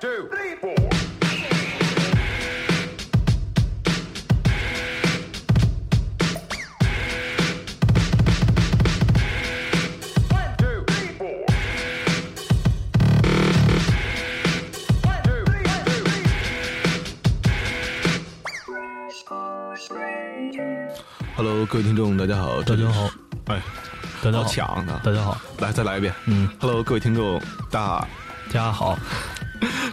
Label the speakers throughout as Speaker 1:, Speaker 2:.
Speaker 1: two, three, four. One, two, three, four. One, two, three, two.
Speaker 2: 哈喽，各位听众，大家好，大
Speaker 3: 大家好，
Speaker 2: 哎，
Speaker 3: 大家
Speaker 2: 好
Speaker 3: 好，
Speaker 2: 抢啊！
Speaker 3: 大家好，
Speaker 2: 来，再来一遍。
Speaker 3: 嗯
Speaker 2: 哈喽，各位听众，大，
Speaker 3: 大家好，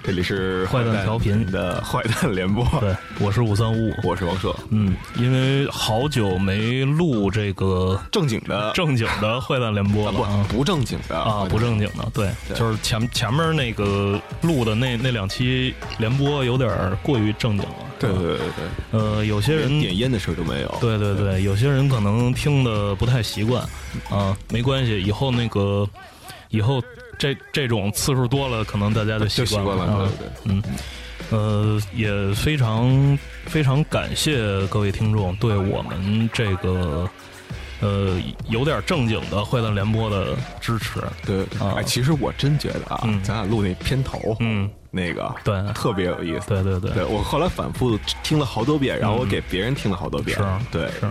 Speaker 2: 这里是
Speaker 3: 坏蛋调频
Speaker 2: 的坏蛋联播，
Speaker 3: 对，我是五三五五，
Speaker 2: 我是王硕，
Speaker 3: 嗯，因为好久没录这个
Speaker 2: 正经的，
Speaker 3: 正经的坏蛋联播了啊
Speaker 2: 不不正经的
Speaker 3: 啊，不正经的，对，
Speaker 2: 对
Speaker 3: 就是前前面那个录的那那两期联播有点儿过于正经了，
Speaker 2: 对对对对对，
Speaker 3: 呃，有些人
Speaker 2: 连点烟的事儿都没有。
Speaker 3: 对对对，有些人可能听的不太习惯啊，没关系，以后那个以后这这种次数多了，可能大家就
Speaker 2: 就习
Speaker 3: 惯
Speaker 2: 惯了，
Speaker 3: 啊
Speaker 2: 对对对。
Speaker 3: 嗯，呃，也非常非常感谢各位听众对我们这个呃有点正经的坏蛋联播的支持。
Speaker 2: 对，对
Speaker 3: 啊
Speaker 2: 哎，其实我真觉得啊，
Speaker 3: 嗯
Speaker 2: 咱俩录那片头，
Speaker 3: 嗯，
Speaker 2: 那个
Speaker 3: 对
Speaker 2: 特别有意思。
Speaker 3: 对对对，
Speaker 2: 对我后来反复听了好多遍，然后我给别人听了好多遍
Speaker 3: 是啊。
Speaker 2: 对，
Speaker 3: 是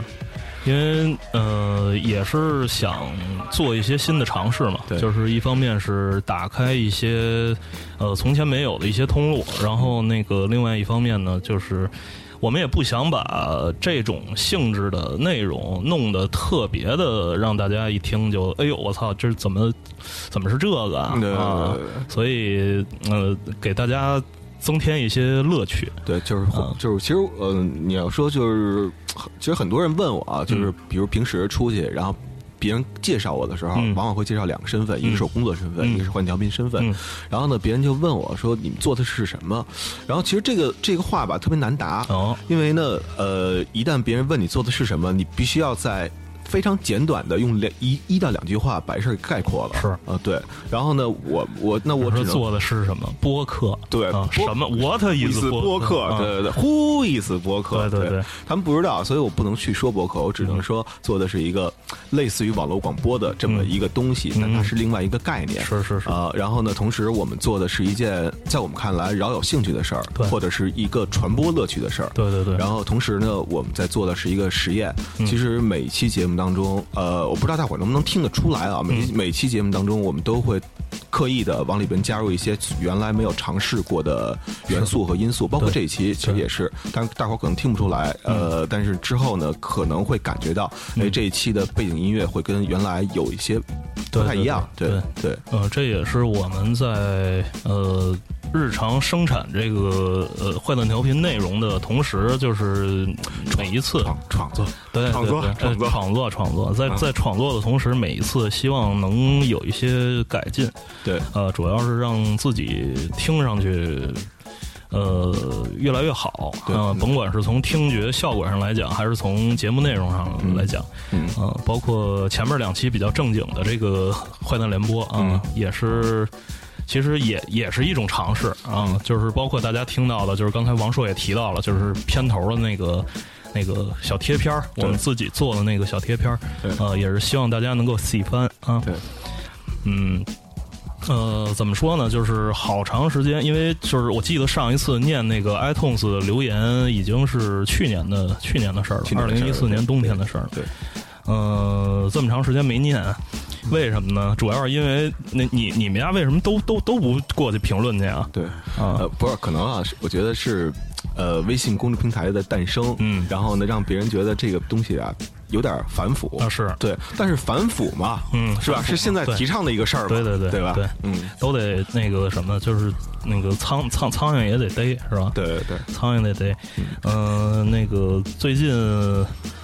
Speaker 3: 因为呃也是想做一些新的尝试嘛
Speaker 2: 对，
Speaker 3: 就是一方面是打开一些呃从前没有的一些通路，然后那个另外一方面呢就是。我们也不想把这种性质的内容弄得特别的，让大家一听就哎呦我操，这是怎么怎么是这个啊？
Speaker 2: 对对
Speaker 3: 啊
Speaker 2: 对对对
Speaker 3: 所以呃，给大家增添一些乐趣。
Speaker 2: 对，就是
Speaker 3: 嗯
Speaker 2: 就是，其实呃，你要说就是，其实很多人问我啊，
Speaker 3: 嗯
Speaker 2: 就是比如平时出去，然后别人介绍我的时候，
Speaker 3: 嗯
Speaker 2: 往往会介绍两个身份，一个是我工作身份，
Speaker 3: 嗯
Speaker 2: 一个是换调频身份。
Speaker 3: 嗯
Speaker 2: 然后呢，别人就问我说：“你们做的是什么？”然后其实这个这个话吧，特别难答，
Speaker 3: 哦，
Speaker 2: 因为呢，呃，一旦别人问你做的是什么，你必须要在非常简短的用两一一到两句话把这事儿给概括了。
Speaker 3: 是
Speaker 2: 呃，对。然后呢，我我那我
Speaker 3: 我
Speaker 2: 只
Speaker 3: 说
Speaker 2: 能
Speaker 3: 做的是什么播客？
Speaker 2: 对
Speaker 3: 啊、
Speaker 2: 播
Speaker 3: 什么 What is
Speaker 2: 播客，
Speaker 3: 啊
Speaker 2: 对对对，呼一次播客，
Speaker 3: 对对对嗯
Speaker 2: 他们不知道，所以我不能去说播客，我只能说做的是一个类似于网络广播的这么一个东西，但它是另外一个概念，
Speaker 3: 嗯是是是
Speaker 2: 啊。然后呢，同时我们做的是一件在我们看来饶有兴趣的事儿，
Speaker 3: 对
Speaker 2: 或者是一个传播乐趣的事儿，
Speaker 3: 对对对，
Speaker 2: 然后同时呢，我们在做的是一个实验。其实每期节目当中，呃，我不知道大伙儿能不能听得出来啊，每、每期节目当中，我们都会刻意的往里边加入一些原来没有尝试过的元素和因素，包括这一期其实也是，但大伙儿可能听不出来，呃，但是之后呢，可能会感觉到，哎，这一期的背景音乐会跟原来有一些不
Speaker 3: 对
Speaker 2: 太
Speaker 3: 对
Speaker 2: 一样，
Speaker 3: 对
Speaker 2: 对
Speaker 3: 呃，这也是我们在呃日常生产这个呃坏蛋调频内容的同时，就是每一次
Speaker 2: 创创作，
Speaker 3: 对对
Speaker 2: 创作
Speaker 3: 对
Speaker 2: 创作嗯
Speaker 3: 呃创作创作，在在创作的同时，每一次希望能有一些改进，
Speaker 2: 对
Speaker 3: 呃，主要是让自己听上去。呃，越来越好，
Speaker 2: 对
Speaker 3: 呃
Speaker 2: 嗯
Speaker 3: 甭管是从听觉效果上来讲，还是从节目内容上来讲，
Speaker 2: 嗯
Speaker 3: 呃，包括前面两期比较正经的这个坏蛋联播啊，
Speaker 2: 嗯
Speaker 3: 也是，其实也也是一种尝试啊，
Speaker 2: 嗯
Speaker 3: 就是包括大家听到的，就是刚才王硕也提到了，就是片头的那个那个小贴片儿，
Speaker 2: 对
Speaker 3: 我们自己做的那个小贴片儿
Speaker 2: 对，
Speaker 3: 呃，也是希望大家能够喜欢啊，
Speaker 2: 对，
Speaker 3: 嗯。呃，怎么说呢？就是好长时间，因为就是我记得上一次念那个 iTunes 的留言已经是去年的去年的事儿了
Speaker 2: 去，年
Speaker 3: 二
Speaker 2: 的事儿
Speaker 3: 零一四年冬天的事儿了。
Speaker 2: 对，
Speaker 3: 呃，这么长时间没念，为什么呢？主要是因为那你你们家为什么都都都不过去评论去啊？
Speaker 2: 对，
Speaker 3: 啊
Speaker 2: 呃，不是，可能啊，是我觉得是，呃，微信公众平台的诞生，
Speaker 3: 嗯
Speaker 2: 然后呢，让别人觉得这个东西啊有点反腐
Speaker 3: 啊是
Speaker 2: 对，但是反腐嘛，
Speaker 3: 嗯
Speaker 2: 是吧？是现在
Speaker 3: 对
Speaker 2: 提倡的一个事儿嘛，
Speaker 3: 对对
Speaker 2: 对，
Speaker 3: 对
Speaker 2: 吧？
Speaker 3: 对
Speaker 2: 嗯，
Speaker 3: 都得那个什么，就是那个苍苍苍蝇也得逮，是吧？
Speaker 2: 对对对，
Speaker 3: 苍蝇得逮。嗯、那个最近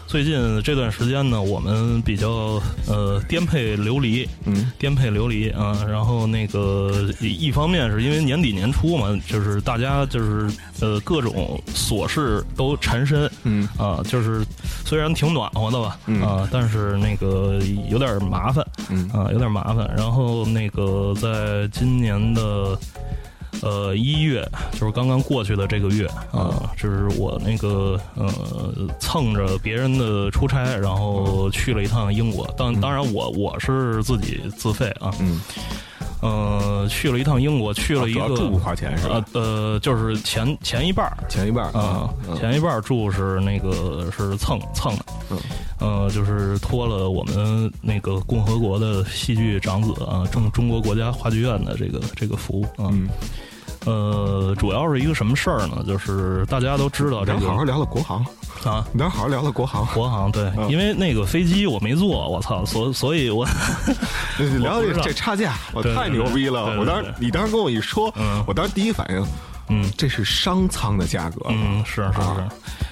Speaker 3: 最近这段时间呢，我们比较呃颠沛流离，
Speaker 2: 嗯，
Speaker 3: 颠沛流离啊。然后那个一一方面是因为年底年初嘛，就是大家就是呃各种琐事都缠身，
Speaker 2: 嗯
Speaker 3: 啊，就是虽然挺暖和的吧，
Speaker 2: 嗯
Speaker 3: 啊，但是那个有点麻烦，
Speaker 2: 嗯
Speaker 3: 啊，有点麻烦。然后那个在今年的呃一月，就是刚刚过去的这个月啊，就是我那个呃蹭着别人的出差，然后去了一趟英国。当当然我我是自己自费啊，
Speaker 2: 嗯啊
Speaker 3: 嗯、呃，去了一趟英国，去了一
Speaker 2: 主
Speaker 3: 个、
Speaker 2: 要住不花钱是吧？
Speaker 3: 呃呃，就是前前一半儿
Speaker 2: 前一半儿
Speaker 3: 啊、
Speaker 2: 嗯
Speaker 3: 前一半儿住是那个是蹭蹭的，
Speaker 2: 嗯
Speaker 3: 呃，就是托了我们那个共和国的戏剧长子啊，中中国国家话剧院的这个这个服务啊、
Speaker 2: 嗯，
Speaker 3: 呃，主要是一个什么事儿呢？就是大家都知道这
Speaker 2: 咱好好
Speaker 3: 个
Speaker 2: 聊聊国航，
Speaker 3: 啊，
Speaker 2: 咱好好聊聊国航，
Speaker 3: 国航对，
Speaker 2: 嗯
Speaker 3: 因为那个飞机我没坐，我操，所所以我
Speaker 2: 聊
Speaker 3: 知
Speaker 2: 聊
Speaker 3: 道
Speaker 2: 这差价，我
Speaker 3: 对
Speaker 2: 太牛逼
Speaker 3: 对
Speaker 2: 了！
Speaker 3: 对
Speaker 2: 我当时
Speaker 3: 对
Speaker 2: 你当时跟我一说
Speaker 3: 嗯，
Speaker 2: 我当时第一反应，
Speaker 3: 嗯
Speaker 2: 这是商舱的价格，
Speaker 3: 嗯，是是是
Speaker 2: 啊，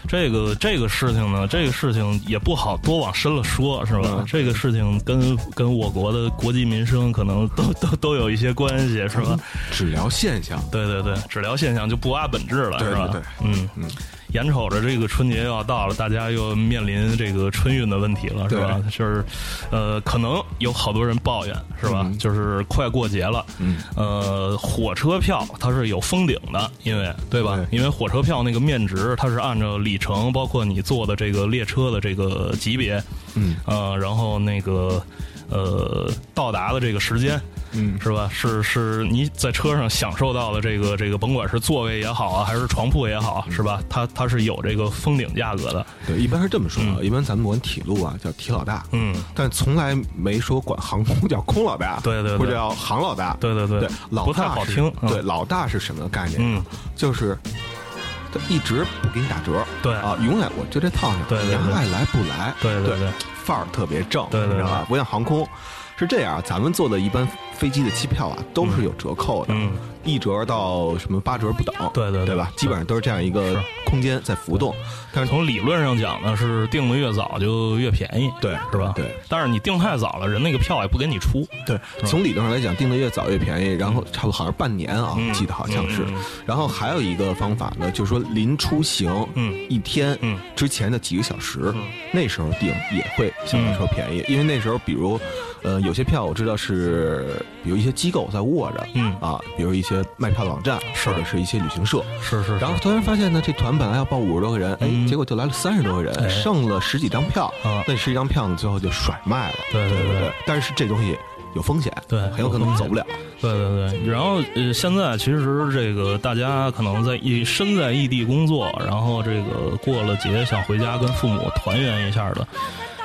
Speaker 3: 这个这个事情呢，这个事情也不好多往深了说，是吧？
Speaker 2: 嗯
Speaker 3: 这个事情跟跟我国的国计民生可能都 都都有一些关系，是
Speaker 2: 嗯
Speaker 3: 吧？
Speaker 2: 只聊现象，
Speaker 3: 对对对，只聊现象就不挖本质了，
Speaker 2: 对
Speaker 3: 是吧？
Speaker 2: 对对
Speaker 3: 嗯
Speaker 2: 嗯
Speaker 3: 眼瞅着这个春节又要到了，大家又面临这个春运的问题了，是吧？就是，呃，可能有好多人抱怨，是吧？
Speaker 2: 嗯
Speaker 3: 就是快过节了，
Speaker 2: 嗯
Speaker 3: 呃，火车票它是有封顶的，因为对吧？
Speaker 2: 对
Speaker 3: 因为火车票那个面值它是按照里程，包括你坐的这个列车的这个级别，
Speaker 2: 嗯
Speaker 3: 呃，然后那个呃到达的这个时间，
Speaker 2: 嗯
Speaker 3: 是吧？是是你在车上享受到的这个这个，甭管是座位也好啊，还是床铺也
Speaker 2: 嗯
Speaker 3: 好，是吧？它它是有这个封顶价格的，
Speaker 2: 对，一般是这么说啊，一般咱们管铁路啊叫铁老大，
Speaker 3: 嗯，
Speaker 2: 但从来没说管航空叫空老大，
Speaker 3: 对对对
Speaker 2: 或者叫航老大，
Speaker 3: 对对对
Speaker 2: 对，老
Speaker 3: 不太
Speaker 2: 大
Speaker 3: 好
Speaker 2: 是
Speaker 3: 听嗯
Speaker 2: 对，老大是什么概念？
Speaker 3: 嗯，
Speaker 2: 就是他一直不给你打折，
Speaker 3: 对
Speaker 2: 啊，永远我就这套上，
Speaker 3: 对对对
Speaker 2: 你爱来不来，
Speaker 3: 对对
Speaker 2: 对
Speaker 3: 对，
Speaker 2: 范儿特别正，
Speaker 3: 对对对
Speaker 2: 你知道吧？不像航空。是这样，咱们坐的一般飞机的机票啊，都是有折扣的，
Speaker 3: 嗯
Speaker 2: 一折到什么八折不等，
Speaker 3: 对对对
Speaker 2: 对吧？基本上都是这样一个空间在浮动，但是
Speaker 3: 从理论上讲呢，是定的越早就越便宜，
Speaker 2: 对
Speaker 3: 是吧？
Speaker 2: 对。
Speaker 3: 但是你定太早了，人那个票也不给你出，
Speaker 2: 对，从理论上来讲，订的越早越便宜，然后差不多好像半年啊，
Speaker 3: 嗯
Speaker 2: 记得好像是。
Speaker 3: 嗯嗯嗯
Speaker 2: 然后还有一个方法呢，就是说临出行，
Speaker 3: 嗯
Speaker 2: 一天，
Speaker 3: 嗯
Speaker 2: 之前的几个小时，那时候订也会
Speaker 3: 嗯
Speaker 2: 相对来说便宜，因为那时候比如，呃，有些票我知道是，比如一些机构在握着，
Speaker 3: 嗯
Speaker 2: 啊，比如一些卖票的网站或者是一些旅行社，
Speaker 3: 是是是
Speaker 2: 然后突然发现呢，这团本来要报五十多个人，哎，
Speaker 3: 嗯
Speaker 2: 结果就来了三十多个人，
Speaker 3: 哎
Speaker 2: 剩了十几张票，
Speaker 3: 啊
Speaker 2: 那十几张票呢，最后就甩卖了。
Speaker 3: 对对
Speaker 2: 对
Speaker 3: 对
Speaker 2: 对，但是这东西有风险，
Speaker 3: 对
Speaker 2: 很有可能走不了。
Speaker 3: 对对对，然后呃，现在其实这个大家可能在异身在异地工作，然后这个过了节想回家跟父母团圆一下的，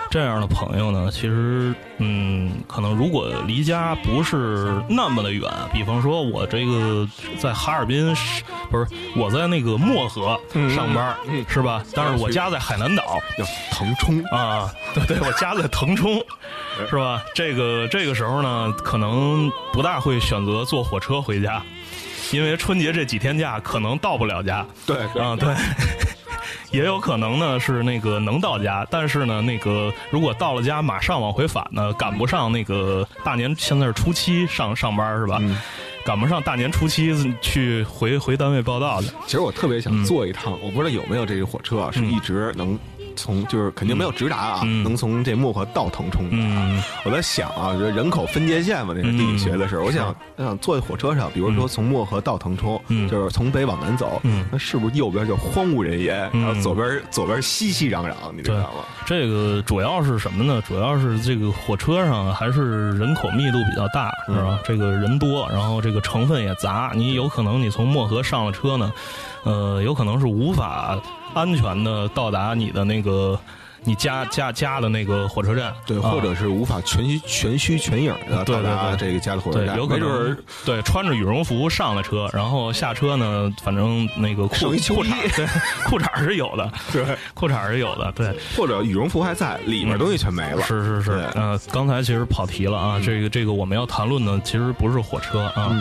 Speaker 3: 这样的朋友呢，其实嗯，可能如果离家不是那么的远，比方说我这个在哈尔滨是，不是我在那个漠河上班、
Speaker 2: 嗯嗯
Speaker 3: 是吧？但是我家在海南岛，
Speaker 2: 要腾冲，
Speaker 3: 啊，对对，我家在腾冲，是吧？这个这个时候呢，可能不大会选择坐火车回家，因为春节这几天假可能到不了家
Speaker 2: 对
Speaker 3: 啊，对。 也有可能呢是那个能到家，但是呢，那个如果到了家马上往回返呢，赶不上那个大年现在是初七上上班是吧？赶不上大年初七去回回单位报道去。
Speaker 2: 其实我特别想坐一趟，我不知道有没有这个火车啊是一直能从，就是肯定没有直达啊，
Speaker 3: 嗯
Speaker 2: 能从这漠河到腾冲的。
Speaker 3: 嗯
Speaker 2: 我在想啊，就是人口分界线嘛，那是地理学的时候，我想我想坐在火车上，比如说从漠河到腾冲，
Speaker 3: 嗯
Speaker 2: 就是从北往南走，
Speaker 3: 嗯
Speaker 2: 那是不是右边就荒无人烟，
Speaker 3: 嗯
Speaker 2: 然后左边左边熙熙攘攘，你知道吗？
Speaker 3: 这个主要是什么呢？主要是这个火车上还是人口密度比较大，是吧？
Speaker 2: 嗯
Speaker 3: 这个人多，然后这个成分也杂，你有可能你从漠河上了车呢，呃，有可能是无法安全的到达你的那个你家家家的那个火车站，
Speaker 2: 对，
Speaker 3: 啊
Speaker 2: 或者是无法全虚全虚全影的
Speaker 3: 对
Speaker 2: 到达
Speaker 3: 对对
Speaker 2: 这个家的火车
Speaker 3: 对，
Speaker 2: 站，
Speaker 3: 有可
Speaker 2: 没准
Speaker 3: 能
Speaker 2: 儿
Speaker 3: 对穿着羽绒服上了车，然后下车呢，反正那个裤
Speaker 2: 剩一秋
Speaker 3: 裤
Speaker 2: 衣
Speaker 3: 衩儿 对裤衩儿是有的，
Speaker 2: 对，
Speaker 3: 裤衩儿是有的，对。
Speaker 2: 或者羽绒服还在，里面东西全没了。
Speaker 3: 嗯是是是
Speaker 2: 对，嗯
Speaker 3: 呃，刚才其实跑题了啊，这个这个我们要谈论的其实不是火车啊，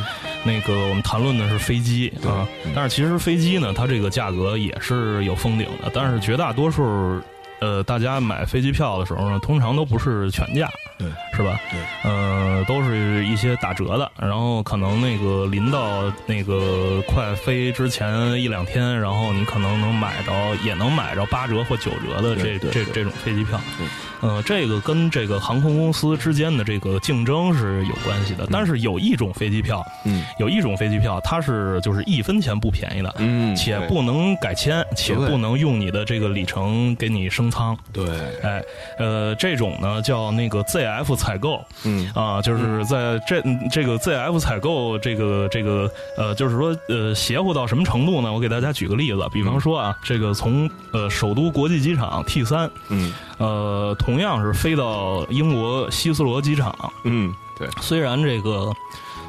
Speaker 3: 那个我们谈论的是飞机啊，
Speaker 2: 嗯
Speaker 3: 但是其实飞机呢，它这个价格也是有封顶的，但是绝大多数。呃，大家买飞机票的时候呢，通常都不是全价，
Speaker 2: 对，
Speaker 3: 是吧？
Speaker 2: 对，
Speaker 3: 呃，都是一些打折的，然后可能那个临到那个快飞之前一两天，然后你可能能买着，也能买着八折或九折的这
Speaker 2: 对对
Speaker 3: 这
Speaker 2: 对
Speaker 3: 这种飞机票。
Speaker 2: 对
Speaker 3: 呃，这个跟这个航空公司之间的这个竞争是有关系的，但是有一种飞机票，
Speaker 2: 嗯
Speaker 3: 有一种飞机票它是就是一分钱不便宜的，
Speaker 2: 嗯
Speaker 3: 且不能改签，且
Speaker 2: 对
Speaker 3: 不能用你的这个里程给你升清仓。
Speaker 2: 对，
Speaker 3: 哎，呃，这种呢叫那个 ZF 采购，
Speaker 2: 嗯
Speaker 3: 啊，就是在这嗯这个 ZF 采购这个这个呃，就是说呃，邪乎到什么程度呢？我给大家举个例子，比
Speaker 2: 嗯
Speaker 3: 方说啊，这个从呃首都国际机场 T 三，
Speaker 2: 嗯
Speaker 3: 呃，同样是飞到英国希斯罗机场，
Speaker 2: 嗯，对，
Speaker 3: 虽然这个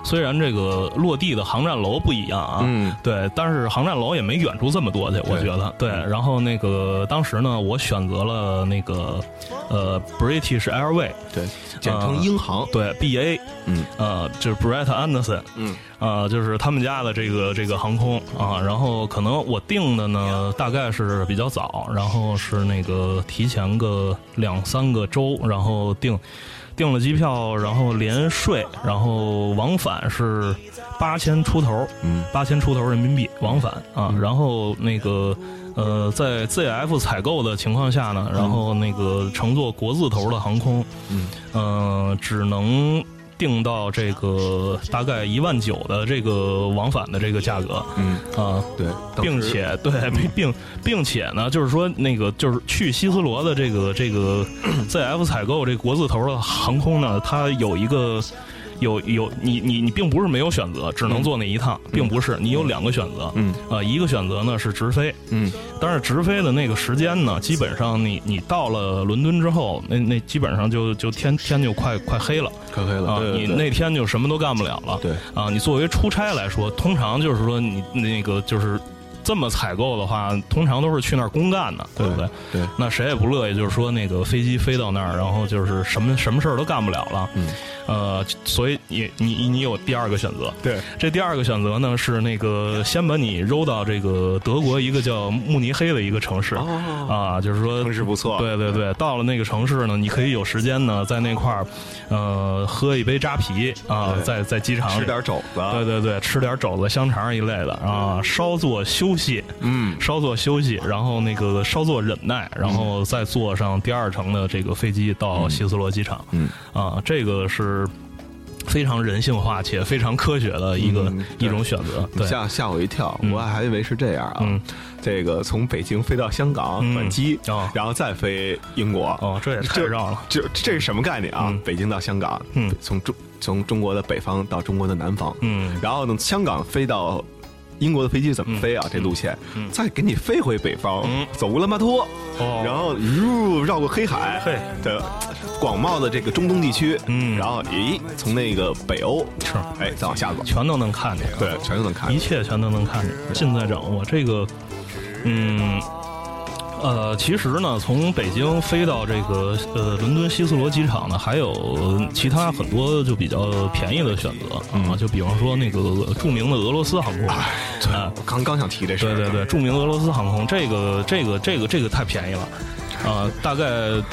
Speaker 3: 虽然这个落地的航站楼不一样啊，
Speaker 2: 嗯
Speaker 3: 对，但是航站楼也没远出这么多去，我
Speaker 2: 对嗯
Speaker 3: 觉得对。然后那个当时呢，我选择了那个呃 British Airway，
Speaker 2: 对，简
Speaker 3: 呃
Speaker 2: 称英航，
Speaker 3: 对 BA，
Speaker 2: 嗯
Speaker 3: 呃，就是 Brett Anderson，
Speaker 2: 嗯
Speaker 3: 呃，就是他们家的这个这个航空啊。然后可能我订的呢，大概是比较早，然后是那个提前个两三个周，然后订。订了机票，然后连税，然后往返是八千出头，
Speaker 2: 嗯
Speaker 3: 八千出头人民币往返啊，然后那个呃，在 ZF 采购的情况下呢，然后那个乘坐国字头的航空，
Speaker 2: 嗯，
Speaker 3: 呃，只能定到这个大概一万九的这个往返的这个价格
Speaker 2: 嗯，
Speaker 3: 啊。
Speaker 2: 对，当时
Speaker 3: 并且对，并并并且呢，就是说那个就是去希斯罗的这个这个 ZF 采购这国字头的航空呢，它有一个有有你你你并不是没有选择，只能坐那一趟，并不是你有两个选择，
Speaker 2: 嗯
Speaker 3: 呃，一个选择呢是直飞，
Speaker 2: 嗯
Speaker 3: 但是直飞的那个时间呢，基本上你你到了伦敦之后，那那基本上就就天天就快快黑了
Speaker 2: 可黑了，
Speaker 3: 啊，
Speaker 2: 对
Speaker 3: 你
Speaker 2: 对
Speaker 3: 那天就什么都干不了了，
Speaker 2: 对
Speaker 3: 啊，你作为出差来说，通常就是说你那个就是这么采购的话，通常都是去那儿公干的，对不对？
Speaker 2: 对对
Speaker 3: 那谁也不乐意，就是说那个飞机飞到那儿，然后就是什么什么事儿都干不了了。
Speaker 2: 嗯，
Speaker 3: 呃，所以你你你有第二个选择。
Speaker 2: 对，
Speaker 3: 这第二个选择呢是那个先把你揉到这个德国一个叫慕尼黑的一个城市、
Speaker 2: 哦，
Speaker 3: 啊，就是说
Speaker 2: 城市嗯不错，
Speaker 3: 对对对，到了那个城市呢，你可以有时间呢，在那块儿，呃，喝一杯扎啤啊，
Speaker 2: 对
Speaker 3: 在在机场里
Speaker 2: 吃点肘子，
Speaker 3: 对对对，吃点肘子、香肠一类的啊，稍作休息，
Speaker 2: 嗯
Speaker 3: 稍作休息，然后那个稍作忍耐，然后再坐上第二程的这个飞机到希斯罗机场。
Speaker 2: 嗯
Speaker 3: 啊，这个是非常人性化且非常科学的一个、
Speaker 2: 嗯
Speaker 3: 一种选择。
Speaker 2: 你
Speaker 3: 对，
Speaker 2: 吓吓我一跳，我还以为是这样啊。
Speaker 3: 嗯
Speaker 2: 这个从北京飞到香港
Speaker 3: 嗯
Speaker 2: 转机，
Speaker 3: 哦
Speaker 2: 然后再飞英国。
Speaker 3: 哦，这也太
Speaker 2: 这
Speaker 3: 绕了。
Speaker 2: 这这是什么概念啊？
Speaker 3: 嗯
Speaker 2: 北京到香港，
Speaker 3: 嗯
Speaker 2: 从中从中国的北方到中国的南方，
Speaker 3: 嗯
Speaker 2: 然后呢，香港飞到英国的飞机怎么飞啊？这路线，再给你飞回北方，
Speaker 3: 嗯
Speaker 2: 走乌兰巴托，
Speaker 3: 哦
Speaker 2: 然后呜绕过黑海，
Speaker 3: 嘿
Speaker 2: 的广袤的这个中东地区，
Speaker 3: 嗯
Speaker 2: 然后咦，从那个北欧
Speaker 3: 是
Speaker 2: 哎，再往下走，
Speaker 3: 全都能看见。
Speaker 2: 对，全都能看
Speaker 3: 一。切全都能看见，尽在掌握。这个，嗯，呃，其实呢，从北京飞到这个呃伦敦希斯罗机场呢，还有其他很多就比较便宜的选择
Speaker 2: 嗯
Speaker 3: 啊，就比方说那个著名的俄罗斯航空。
Speaker 2: 哎
Speaker 3: 啊，
Speaker 2: 我刚刚想提这事儿，
Speaker 3: 对对对，著名俄罗斯航空，这个这个这个这个太便宜了，啊、大概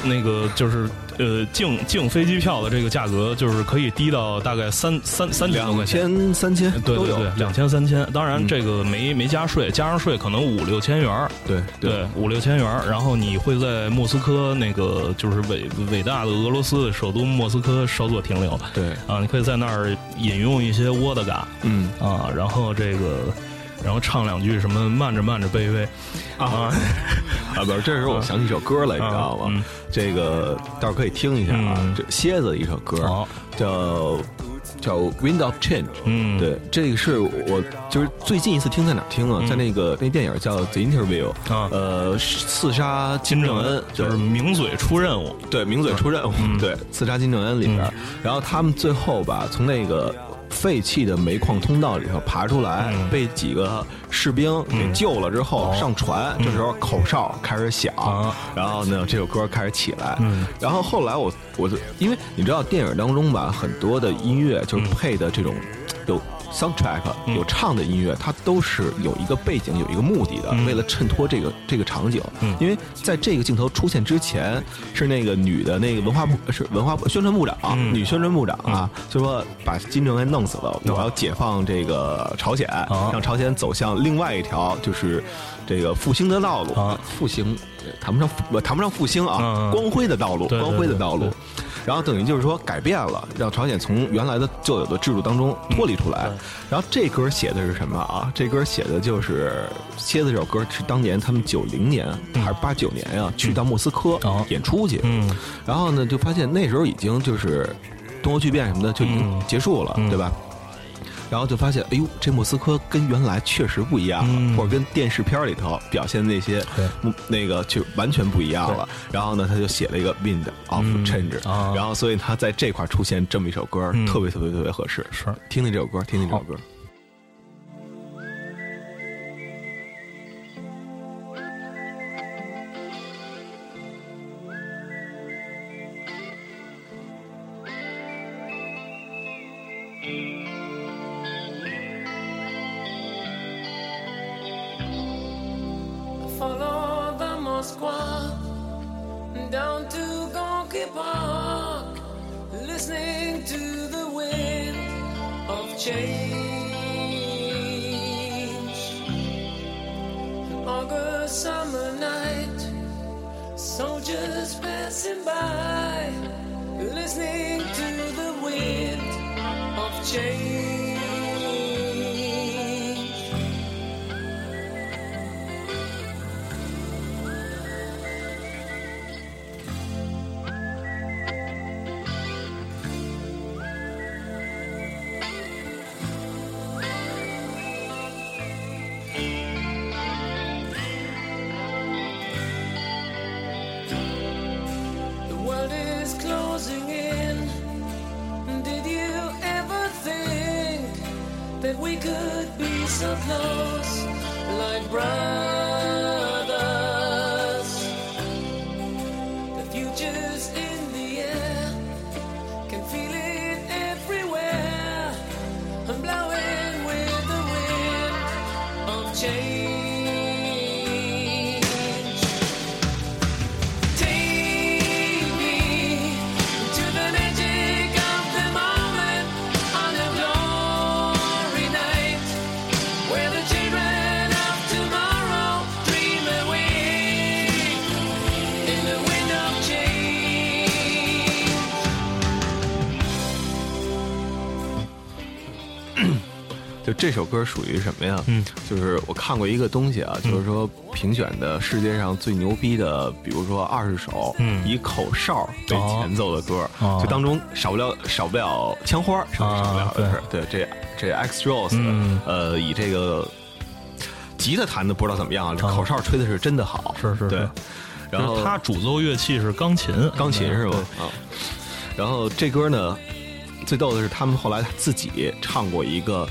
Speaker 3: 那个就是呃净净飞机票的这个价格，就是可以低到大概三三三千多块
Speaker 2: 两
Speaker 3: 钱，
Speaker 2: 千、三千
Speaker 3: 对
Speaker 2: 都
Speaker 3: 对
Speaker 2: 有嗯
Speaker 3: 对，，两千三千，当然这个没、没加税，加上税可能五六千元儿，
Speaker 2: 对
Speaker 3: 对，五六千元儿。然后你会在莫斯科那个就是伟伟大的俄罗斯的首都莫斯科稍作停留
Speaker 2: 对，
Speaker 3: 啊，你可以在那儿饮用一些沃德嘎
Speaker 2: 嗯
Speaker 3: 啊，然后这个然后唱两句什么慢着慢着卑微啊，
Speaker 2: 啊，不是，这时候我想起一首歌来，你知道
Speaker 3: 嗯
Speaker 2: 吗？这个到时候可以听一下啊
Speaker 3: 嗯，
Speaker 2: 这蝎子的一首歌
Speaker 3: 好，
Speaker 2: 叫叫《Wind of Change》。
Speaker 3: 嗯
Speaker 2: 对，这个是我就是最近一次听在哪儿听啊？在那个那电影叫《The Interview》
Speaker 3: 嗯啊
Speaker 2: 呃，刺杀金
Speaker 3: 金
Speaker 2: 正
Speaker 3: 正
Speaker 2: 恩
Speaker 3: 恩，就是
Speaker 2: 对
Speaker 3: 名嘴出任务，
Speaker 2: 对，名嘴出任务，对，刺杀金正恩里边儿，然后他们最后吧，从那个废弃的煤矿通道里头爬出来，被几个士兵给救了之后，上船，这时候口哨开始响，
Speaker 3: 啊
Speaker 2: 然后呢，这首歌开始起来，然后后来我我就因为你知道电影当中吧，很多的音乐就是配的这种有 soundtrack
Speaker 3: 嗯
Speaker 2: 有唱的音乐，它都是有一个背景，有一个目的
Speaker 3: 嗯
Speaker 2: 的，为了衬托这个这个场景。因为在这个镜头出现之前，是那个女的那个文化部是文化部宣传部长、
Speaker 3: 嗯
Speaker 2: 女宣传部长啊，就说把金正恩弄死了，我要解放这个朝鲜，
Speaker 3: 啊
Speaker 2: 让朝鲜走向另外一条就是这个复兴的道路，
Speaker 3: 啊
Speaker 2: 复兴。呃谈不上复，呃谈不上复兴啊，
Speaker 3: 嗯嗯
Speaker 2: 光辉的道路，
Speaker 3: 对对
Speaker 2: 光辉的
Speaker 3: 对
Speaker 2: 道路
Speaker 3: 对。
Speaker 2: 然后等于就是说改变了，让朝鲜从原来的旧有的制度当中
Speaker 3: 嗯
Speaker 2: 脱离出来。然后这歌写的是什么啊？这歌写的就是蝎子这首歌是当年他们九零年还是八九年呀、去到莫斯科
Speaker 3: 嗯哦
Speaker 2: 演出去，
Speaker 3: 嗯
Speaker 2: 然后呢就发现那时候已经就是东欧巨变什么的就已经
Speaker 3: 嗯
Speaker 2: 结束了，
Speaker 3: 嗯
Speaker 2: 对吧？然后就发现，哎呦，这莫斯科跟原来确实不一样了，
Speaker 3: 嗯
Speaker 2: 或者跟电视片儿里头表现的那些
Speaker 3: 对
Speaker 2: 嗯那个就完全不一样了。然后呢，他就写了一个 Wind of
Speaker 3: 嗯
Speaker 2: Change，、
Speaker 3: 啊
Speaker 2: 然后所以他在这块儿出现这么一首歌，
Speaker 3: 嗯
Speaker 2: 特别特别特别合适。
Speaker 3: 是
Speaker 2: 听听这首歌，听听这首
Speaker 3: 好
Speaker 2: 歌。
Speaker 4: Follow the Moscow down to Gonky Park, listening to the wind of change. An August summer night, soldiers passing by, listening to the wind of change. The world is closing in. Did you ever think that we could be so close, like brothers? The future's in the air, can feel it everywhere. I'm blowing with the wind of change. Take me to the magic of the moment on a glory night, where the children of tomorrow dream away in the wind of change.
Speaker 2: 就这首歌属于什么呀？嗯，就是我看过一个东西啊，
Speaker 3: 嗯
Speaker 2: 就是说评选的世界上最牛逼的，比如说二十首，
Speaker 3: 嗯
Speaker 2: 以口哨为前奏的歌，
Speaker 3: 哦
Speaker 2: 就当中少不了少不了枪花，少
Speaker 3: 啊
Speaker 2: 少不了的是，对这这 X Rose，、
Speaker 3: 嗯
Speaker 2: 呃，以这个吉他弹的不知道怎么样，这
Speaker 3: 啊
Speaker 2: 口哨吹的是真的好，
Speaker 3: 是是是
Speaker 2: 对，然后
Speaker 3: 就是它主奏乐器是钢琴，
Speaker 2: 钢琴是吧
Speaker 3: 嗯对？
Speaker 2: 啊，然后这歌呢，最逗的是他们后来自己唱过一个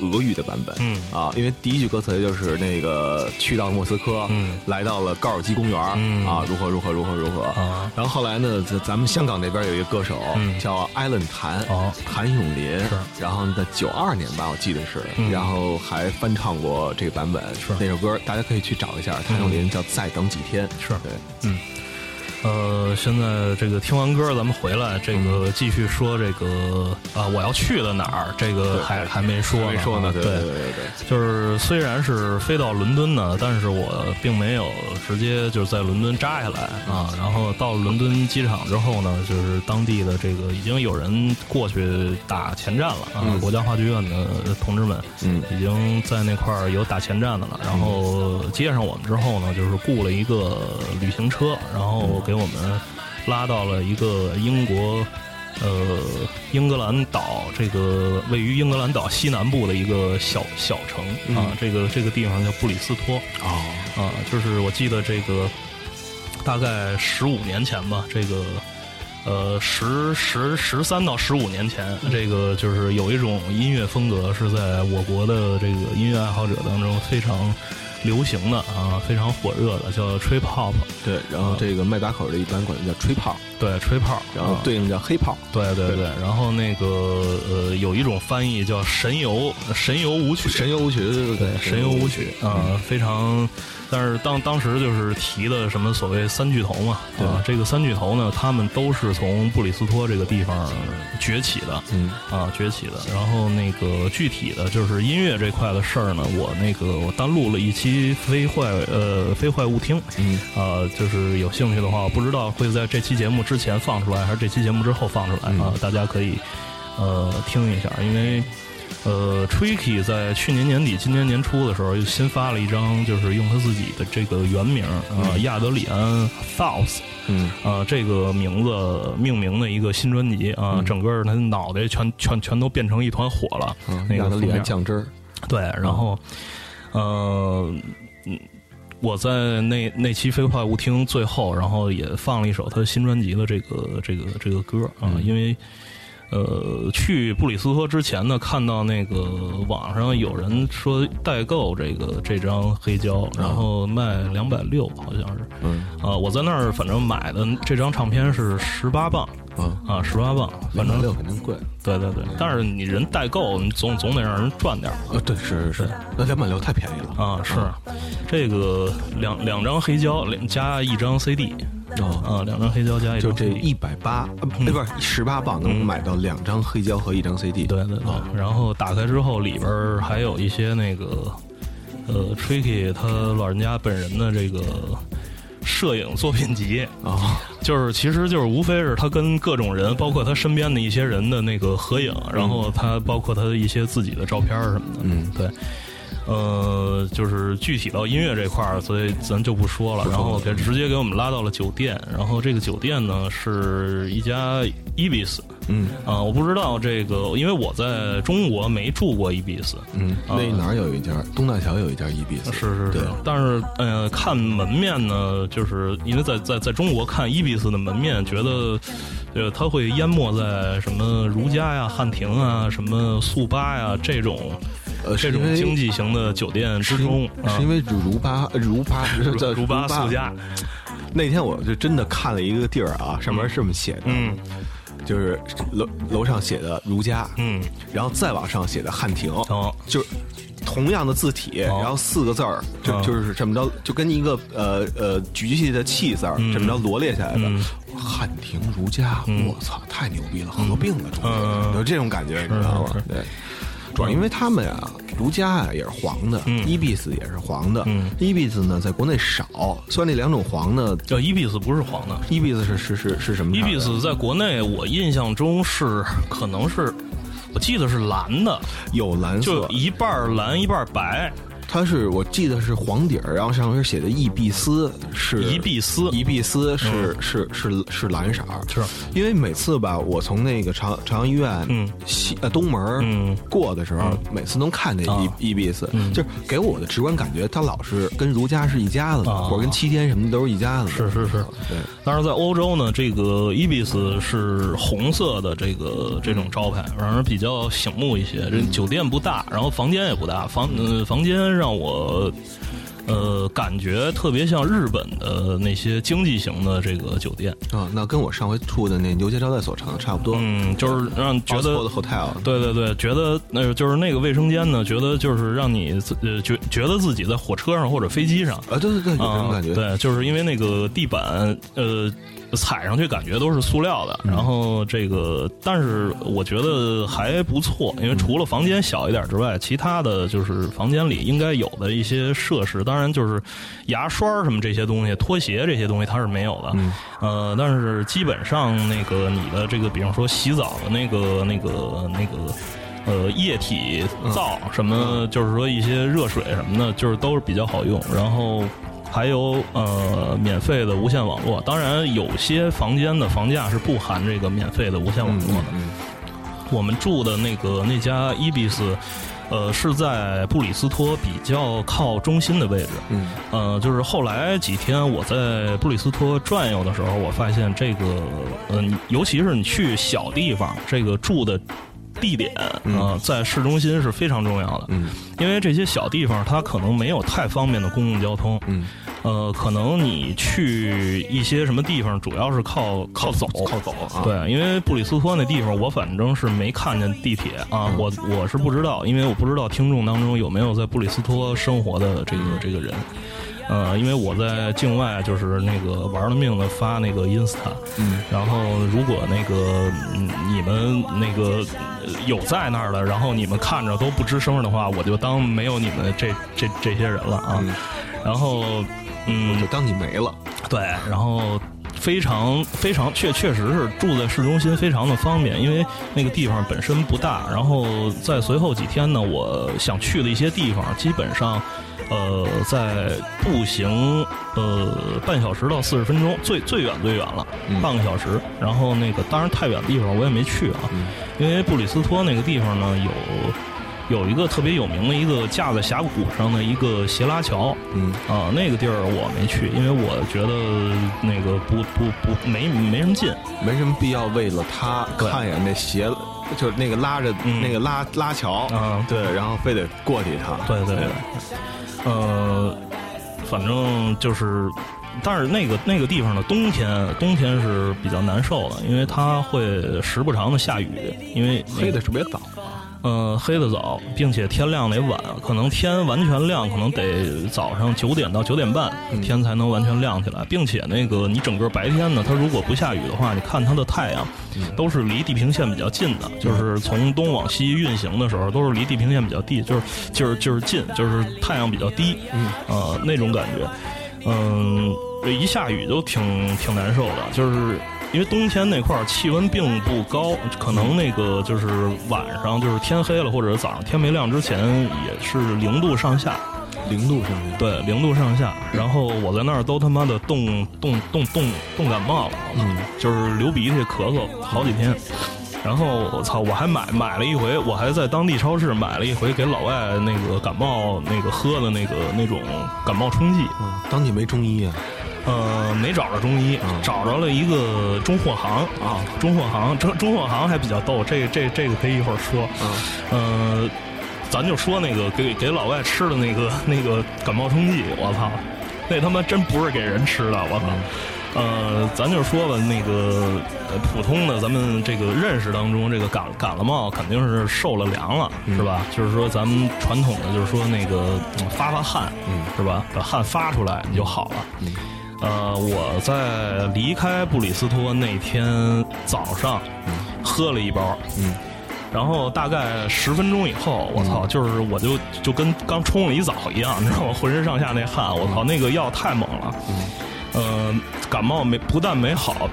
Speaker 2: 俄语的版本，
Speaker 3: 嗯
Speaker 2: 啊，因为第一句歌词就是那个去到莫斯科，
Speaker 3: 嗯
Speaker 2: 来到了高尔基公园，
Speaker 3: 嗯
Speaker 2: 啊，如何如何如何如何
Speaker 3: 啊
Speaker 2: 然后后来呢，咱咱们香港那边有一个歌手、
Speaker 3: 嗯
Speaker 2: 叫艾伦谭，
Speaker 3: 哦
Speaker 2: 谭咏麟，
Speaker 3: 是
Speaker 2: 然后在九二年吧，我记得是，
Speaker 3: 嗯
Speaker 2: 然后还翻唱过这个版本，
Speaker 3: 是嗯
Speaker 2: 那首歌，大家可以去找一下，谭咏麟叫《再等几天》，
Speaker 3: 是
Speaker 2: 对。
Speaker 3: 嗯呃，现在这个听完歌，咱们回来，这个
Speaker 2: 嗯
Speaker 3: 继续说这个啊，我要去的哪儿？这个还还没说呢，啊
Speaker 2: 没说呢，
Speaker 3: 对
Speaker 2: 对对对对。
Speaker 3: 就是虽然是飞到伦敦呢，但是我并没有直接就是在伦敦扎下来
Speaker 2: 嗯
Speaker 3: 啊。然后到伦敦机场之后呢，就是当地的这个已经有人过去打前站了啊，
Speaker 2: 嗯
Speaker 3: 国家话剧院的同志们，
Speaker 2: 嗯
Speaker 3: 已经在那块儿有打前站的了。然后接上我们之后呢，就是雇了一个旅行车，然后
Speaker 2: 嗯
Speaker 3: 给我们拉到了一个英国。呃，英格兰岛这个位于英格兰岛西南部的一个小小城啊，
Speaker 2: 嗯
Speaker 3: 这个这个地方叫布里斯托
Speaker 2: 哦，
Speaker 3: 啊，就是我记得这个大概十五年前吧，这个呃十十十三到十五年前，
Speaker 2: 嗯
Speaker 3: 这个就是有一种音乐风格是在我国的这个音乐爱好者当中非常流行的啊，非常火热的叫吹泡泡，
Speaker 2: 对，然后这个麦打口的一般管它叫吹泡，
Speaker 3: 对，吹泡，
Speaker 2: 然后
Speaker 3: 啊
Speaker 2: 对应叫黑泡。
Speaker 3: 对对
Speaker 2: 对
Speaker 3: 对，然后那个呃，有一种翻译叫“神游”，神游舞曲，
Speaker 2: 神游舞曲，对
Speaker 3: 对神游舞曲啊、非常。但是当当时就是提的什么所谓三巨头嘛，
Speaker 2: 对
Speaker 3: 啊，这个三巨头呢，他们都是从布里斯托这个地方崛起的，
Speaker 2: 嗯
Speaker 3: 啊崛起的。然后那个具体的就是音乐这块的事儿呢，我那个我单录了一期期非坏呃非坏勿听，
Speaker 2: 嗯，
Speaker 3: 呃，就是有兴趣的话，我不知道会在这期节目之前放出来，还是这期节目之后放出来
Speaker 2: 嗯
Speaker 3: 啊、大家可以呃听一下，因为呃，Tricky 在去年年底、今年年初的时候，又新发了一张，就是用他自己的这个原名啊、呃亚德里安 South
Speaker 2: 嗯
Speaker 3: 啊，这个名字命名的一个新专辑啊、整个他脑袋全全全都变成一团火了，
Speaker 2: 嗯，
Speaker 3: 那
Speaker 2: 亚
Speaker 3: 个
Speaker 2: 德里
Speaker 3: 封
Speaker 2: 安
Speaker 3: 面
Speaker 2: 酱汁儿，
Speaker 3: 对，然后，呃，嗯我在那那期《非话勿听》最后，然后也放了一首他新专辑的这个这个这个歌啊，
Speaker 2: 嗯
Speaker 3: 因为。呃，去布里斯托之前呢，看到那个网上有人说代购这个这张黑胶，然
Speaker 2: 啊
Speaker 3: 后卖两百六，好像是。
Speaker 2: 嗯
Speaker 3: 啊，我在那儿反正买的这张唱片是十八磅
Speaker 2: 啊，
Speaker 3: 啊，十八磅，
Speaker 2: 两
Speaker 3: 反
Speaker 2: 百
Speaker 3: 正
Speaker 2: 六肯定贵。
Speaker 3: 对对对。但是你人代购，你总总得让人赚点儿
Speaker 2: 啊，对，是是是
Speaker 3: 对，
Speaker 2: 那两百六太便宜了
Speaker 3: 啊，是这个两两张黑胶两加一张 CD
Speaker 2: 啊！
Speaker 3: 啊，两张黑胶加一
Speaker 2: 就
Speaker 3: 张
Speaker 2: 这
Speaker 3: CD,
Speaker 2: 一百八，呃不是十八磅能买到两张黑胶和一张 CD。
Speaker 3: 对对对，啊然后打开之后里边儿还有一些那个呃 Tricky 他老人家本人的这个摄影作品集，
Speaker 2: 啊，
Speaker 3: 就是其实就是无非是他跟各种人，包括他身边的一些人的那个合影，然后他包括他的一些自己的照片儿什么的，
Speaker 2: 嗯，
Speaker 3: 对。呃，就是具体到音乐这块儿，所以咱就不说了。然后给直接给我们拉到了酒店，然后这个酒店呢是一家 Ibis
Speaker 2: 嗯
Speaker 3: 啊、我不知道这个，因为我在中国没住过 Ibis，
Speaker 2: 嗯，那哪儿有一家？东大桥有一家 EBS，
Speaker 3: 是是
Speaker 2: 对
Speaker 3: 是，但是呃，看门面呢，就是因为在在在中国看伊比斯的门面，觉得呃，它会淹没在什么如家呀、汉庭啊、什么速八呀这种
Speaker 2: 呃，
Speaker 3: 这
Speaker 2: 是因
Speaker 3: 种
Speaker 2: 为
Speaker 3: 经济型的酒店之
Speaker 2: 是
Speaker 3: 中
Speaker 2: 因
Speaker 3: 啊
Speaker 2: 是因。为如巴如巴叫
Speaker 3: 如巴速家，
Speaker 2: 那天我就真的看了一个地儿啊，上面是这么写的，
Speaker 3: 嗯
Speaker 2: 就是楼楼上写的如家，
Speaker 3: 嗯，
Speaker 2: 然后再往上写的汉庭，
Speaker 3: 哦，
Speaker 2: 就是同样的字体，
Speaker 3: 哦
Speaker 2: 然后四个字儿，就
Speaker 3: 嗯
Speaker 2: 就是这么着，就跟一个呃呃局气的气字儿
Speaker 3: 嗯
Speaker 2: 这么着罗列下来的。汉庭如家，我操，太牛逼了，合并了中
Speaker 3: 嗯
Speaker 2: 间，有这种感觉，你知道吗
Speaker 3: 是是？
Speaker 2: 对。主要因为他们呀，如家啊也是黄的，
Speaker 3: 嗯
Speaker 2: 伊比斯也是黄的，伊比斯呢在国内少，虽然那两种黄呢，
Speaker 3: 叫伊比斯不是黄的，
Speaker 2: 伊比斯是是是是什么
Speaker 3: 伊
Speaker 2: 色儿的？
Speaker 3: 比斯在国内我印象中是可能是，我记得是蓝的，
Speaker 2: 有蓝
Speaker 3: 就
Speaker 2: 色，
Speaker 3: 一半儿蓝一半儿白，
Speaker 2: 它是我记得是黄底儿，然后上面写的伊比斯是
Speaker 3: 伊比斯嗯
Speaker 2: 伊比斯是、是是是蓝色儿，
Speaker 3: 是
Speaker 2: 因为每次吧，我从那个朝朝阳医院
Speaker 3: 嗯
Speaker 2: 西呃东门儿
Speaker 3: 嗯
Speaker 2: 过的时候，每次能看见
Speaker 3: 啊
Speaker 2: 伊伊比斯，就是给我的直观感觉，它老是跟儒家是一家子的，
Speaker 3: 啊
Speaker 2: 或者跟七天什么的都是一家子的，
Speaker 3: 是是是
Speaker 2: 对。
Speaker 3: 但是在欧洲呢，这个伊比斯是红色的这个这种招牌，让人比较醒目一些。这酒店不大，然后房间也不大，房呃房间让我。呃，感觉特别像日本的那些经济型的这个酒店，
Speaker 2: 啊，那跟我上回住的那牛街招待所唱的差不多，
Speaker 3: 嗯，就是让觉得
Speaker 2: Oxford hotel
Speaker 3: 对对对，觉得那、呃、就是那个卫生间呢，觉得就是让你自呃觉觉得自己在火车上或者飞机上，
Speaker 2: 啊，对对对，有这
Speaker 3: 啊，
Speaker 2: 种感觉，
Speaker 3: 对，就是因为那个地板，呃，踩上去感觉都是塑料
Speaker 2: 嗯
Speaker 3: 的。然后这个，但是我觉得还不错，因为除了房间小一点之外，其他的就是房间里应该有的一些设施，当然就是牙刷什么这些东西、拖鞋这些东西它是没有的。
Speaker 2: 嗯
Speaker 3: 呃，但是基本上那个你的这个，比方说洗澡的那个、那个、那个。呃，液体
Speaker 2: 嗯
Speaker 3: 皂什么，就是说一些热水什么的，就是都是比较好用。然后还有呃免费的无线网络，当然有些房间的房价是不含这个免费的无线网
Speaker 2: 嗯
Speaker 3: 络
Speaker 2: 嗯
Speaker 3: 的。
Speaker 2: 嗯
Speaker 3: 我们住的那个那家伊比斯，呃，是在布里斯托比较靠中心的位置。
Speaker 2: 嗯，
Speaker 3: 呃，就是后来几天我在布里斯托转悠的时候，我发现这个，嗯、尤其是你去小地方，这个住的地点啊、呃在市中心是非常重要的。
Speaker 2: 嗯，
Speaker 3: 因为这些小地方它可能没有太方便的公共交通。
Speaker 2: 嗯，
Speaker 3: 呃，可能你去一些什么地方，主要是靠靠走，
Speaker 2: 靠走啊，
Speaker 3: 对，因为布里斯托那地方，我反正是没看见地铁
Speaker 2: 嗯
Speaker 3: 啊，我我是不知道，因为我不知道听众当中有没有在布里斯托生活的这个这个人。呃，因为我在境外就是那个玩了命的发那个 Insta，嗯，然后如果那个嗯你们那个呃有在那儿的，然后你们看着都不吱声的话，我就当没有你们这这这些人了啊。
Speaker 2: 嗯
Speaker 3: 然后，嗯，
Speaker 2: 就当你没了。
Speaker 3: 对，然后非常非常确确实是住在市中心，非常的方便，因为那个地方本身不大。然后在随后几天呢，我想去的一些地方，基本上。呃，在步行呃半小时到四十分钟，最最远最远了，
Speaker 2: 嗯
Speaker 3: 半个小时。然后那个当然太远的地方我也没去啊，
Speaker 2: 嗯
Speaker 3: 因为布里斯托那个地方呢有有一个特别有名的一个架在峡谷上的一个斜拉桥，
Speaker 2: 嗯
Speaker 3: 啊，那个地儿我没去，因为我觉得那个不不不没没什么劲。
Speaker 2: 没什么必要为了他
Speaker 3: 对
Speaker 2: 看一眼那鞋，就是那个拉着、
Speaker 3: 嗯
Speaker 2: 那个拉拉桥，
Speaker 3: 嗯
Speaker 2: 对，然后非得过去一哎趟，
Speaker 3: 对对对，呃，反正就是，但是那个那个地方的冬天，冬天是比较难受的，因为它会时不常的下雨，因为那个
Speaker 2: 黑的特别早，
Speaker 3: 呃，黑的早，并且天亮得晚，可能天完全亮，可能得早上九点到九点半，天才能完全亮起来，并且那个你整个白天呢，它如果不下雨的话，你看它的太阳，都是离地平线比较近的，就是从东往西运行的时候，都是离地平线比较低，就是就是就是近，就是太阳比较低，嗯，呃，那种感觉，嗯，一下雨就挺挺难受的，就是因为冬天那块儿气温并不高，可能那个就是晚上就是天黑了，或者早上天没亮之前也是零度上下，
Speaker 2: 零度上去，
Speaker 3: 对，零度上下。然后我在那儿都他妈的冻冻冻冻冻感冒了，嗯，就是流鼻涕、咳嗽好几天。然后我操，我还买买了一回，我还在当地超市买了一回给老外那个感冒那个喝的那个那种感冒冲剂，
Speaker 2: 嗯当地没中医啊，
Speaker 3: 呃，没找着中医，找着了一个中货行
Speaker 2: 啊，
Speaker 3: 中货行，中中货行还比较逗，这这这个可以一会儿说，呃，咱就说那个给给老外吃的那个那个感冒冲剂，我操，那他妈真不是给人吃的，我操。呃，咱就说吧，那个呃普通的咱们这个认识当中，这个感感了冒肯定是受了凉了，是吧？就是说咱们传统的，就是说那个嗯发发汗，是吧？把汗发出来你就好了。呃，我在离开布里斯托那天早上，喝了一包，
Speaker 2: 嗯，
Speaker 3: 然后大概十分钟以后，我操，就是我就就跟刚冲了一澡一样，你知道吗？浑身上下那汗，我操，那个药太猛了，嗯，呃，感冒没不但没好，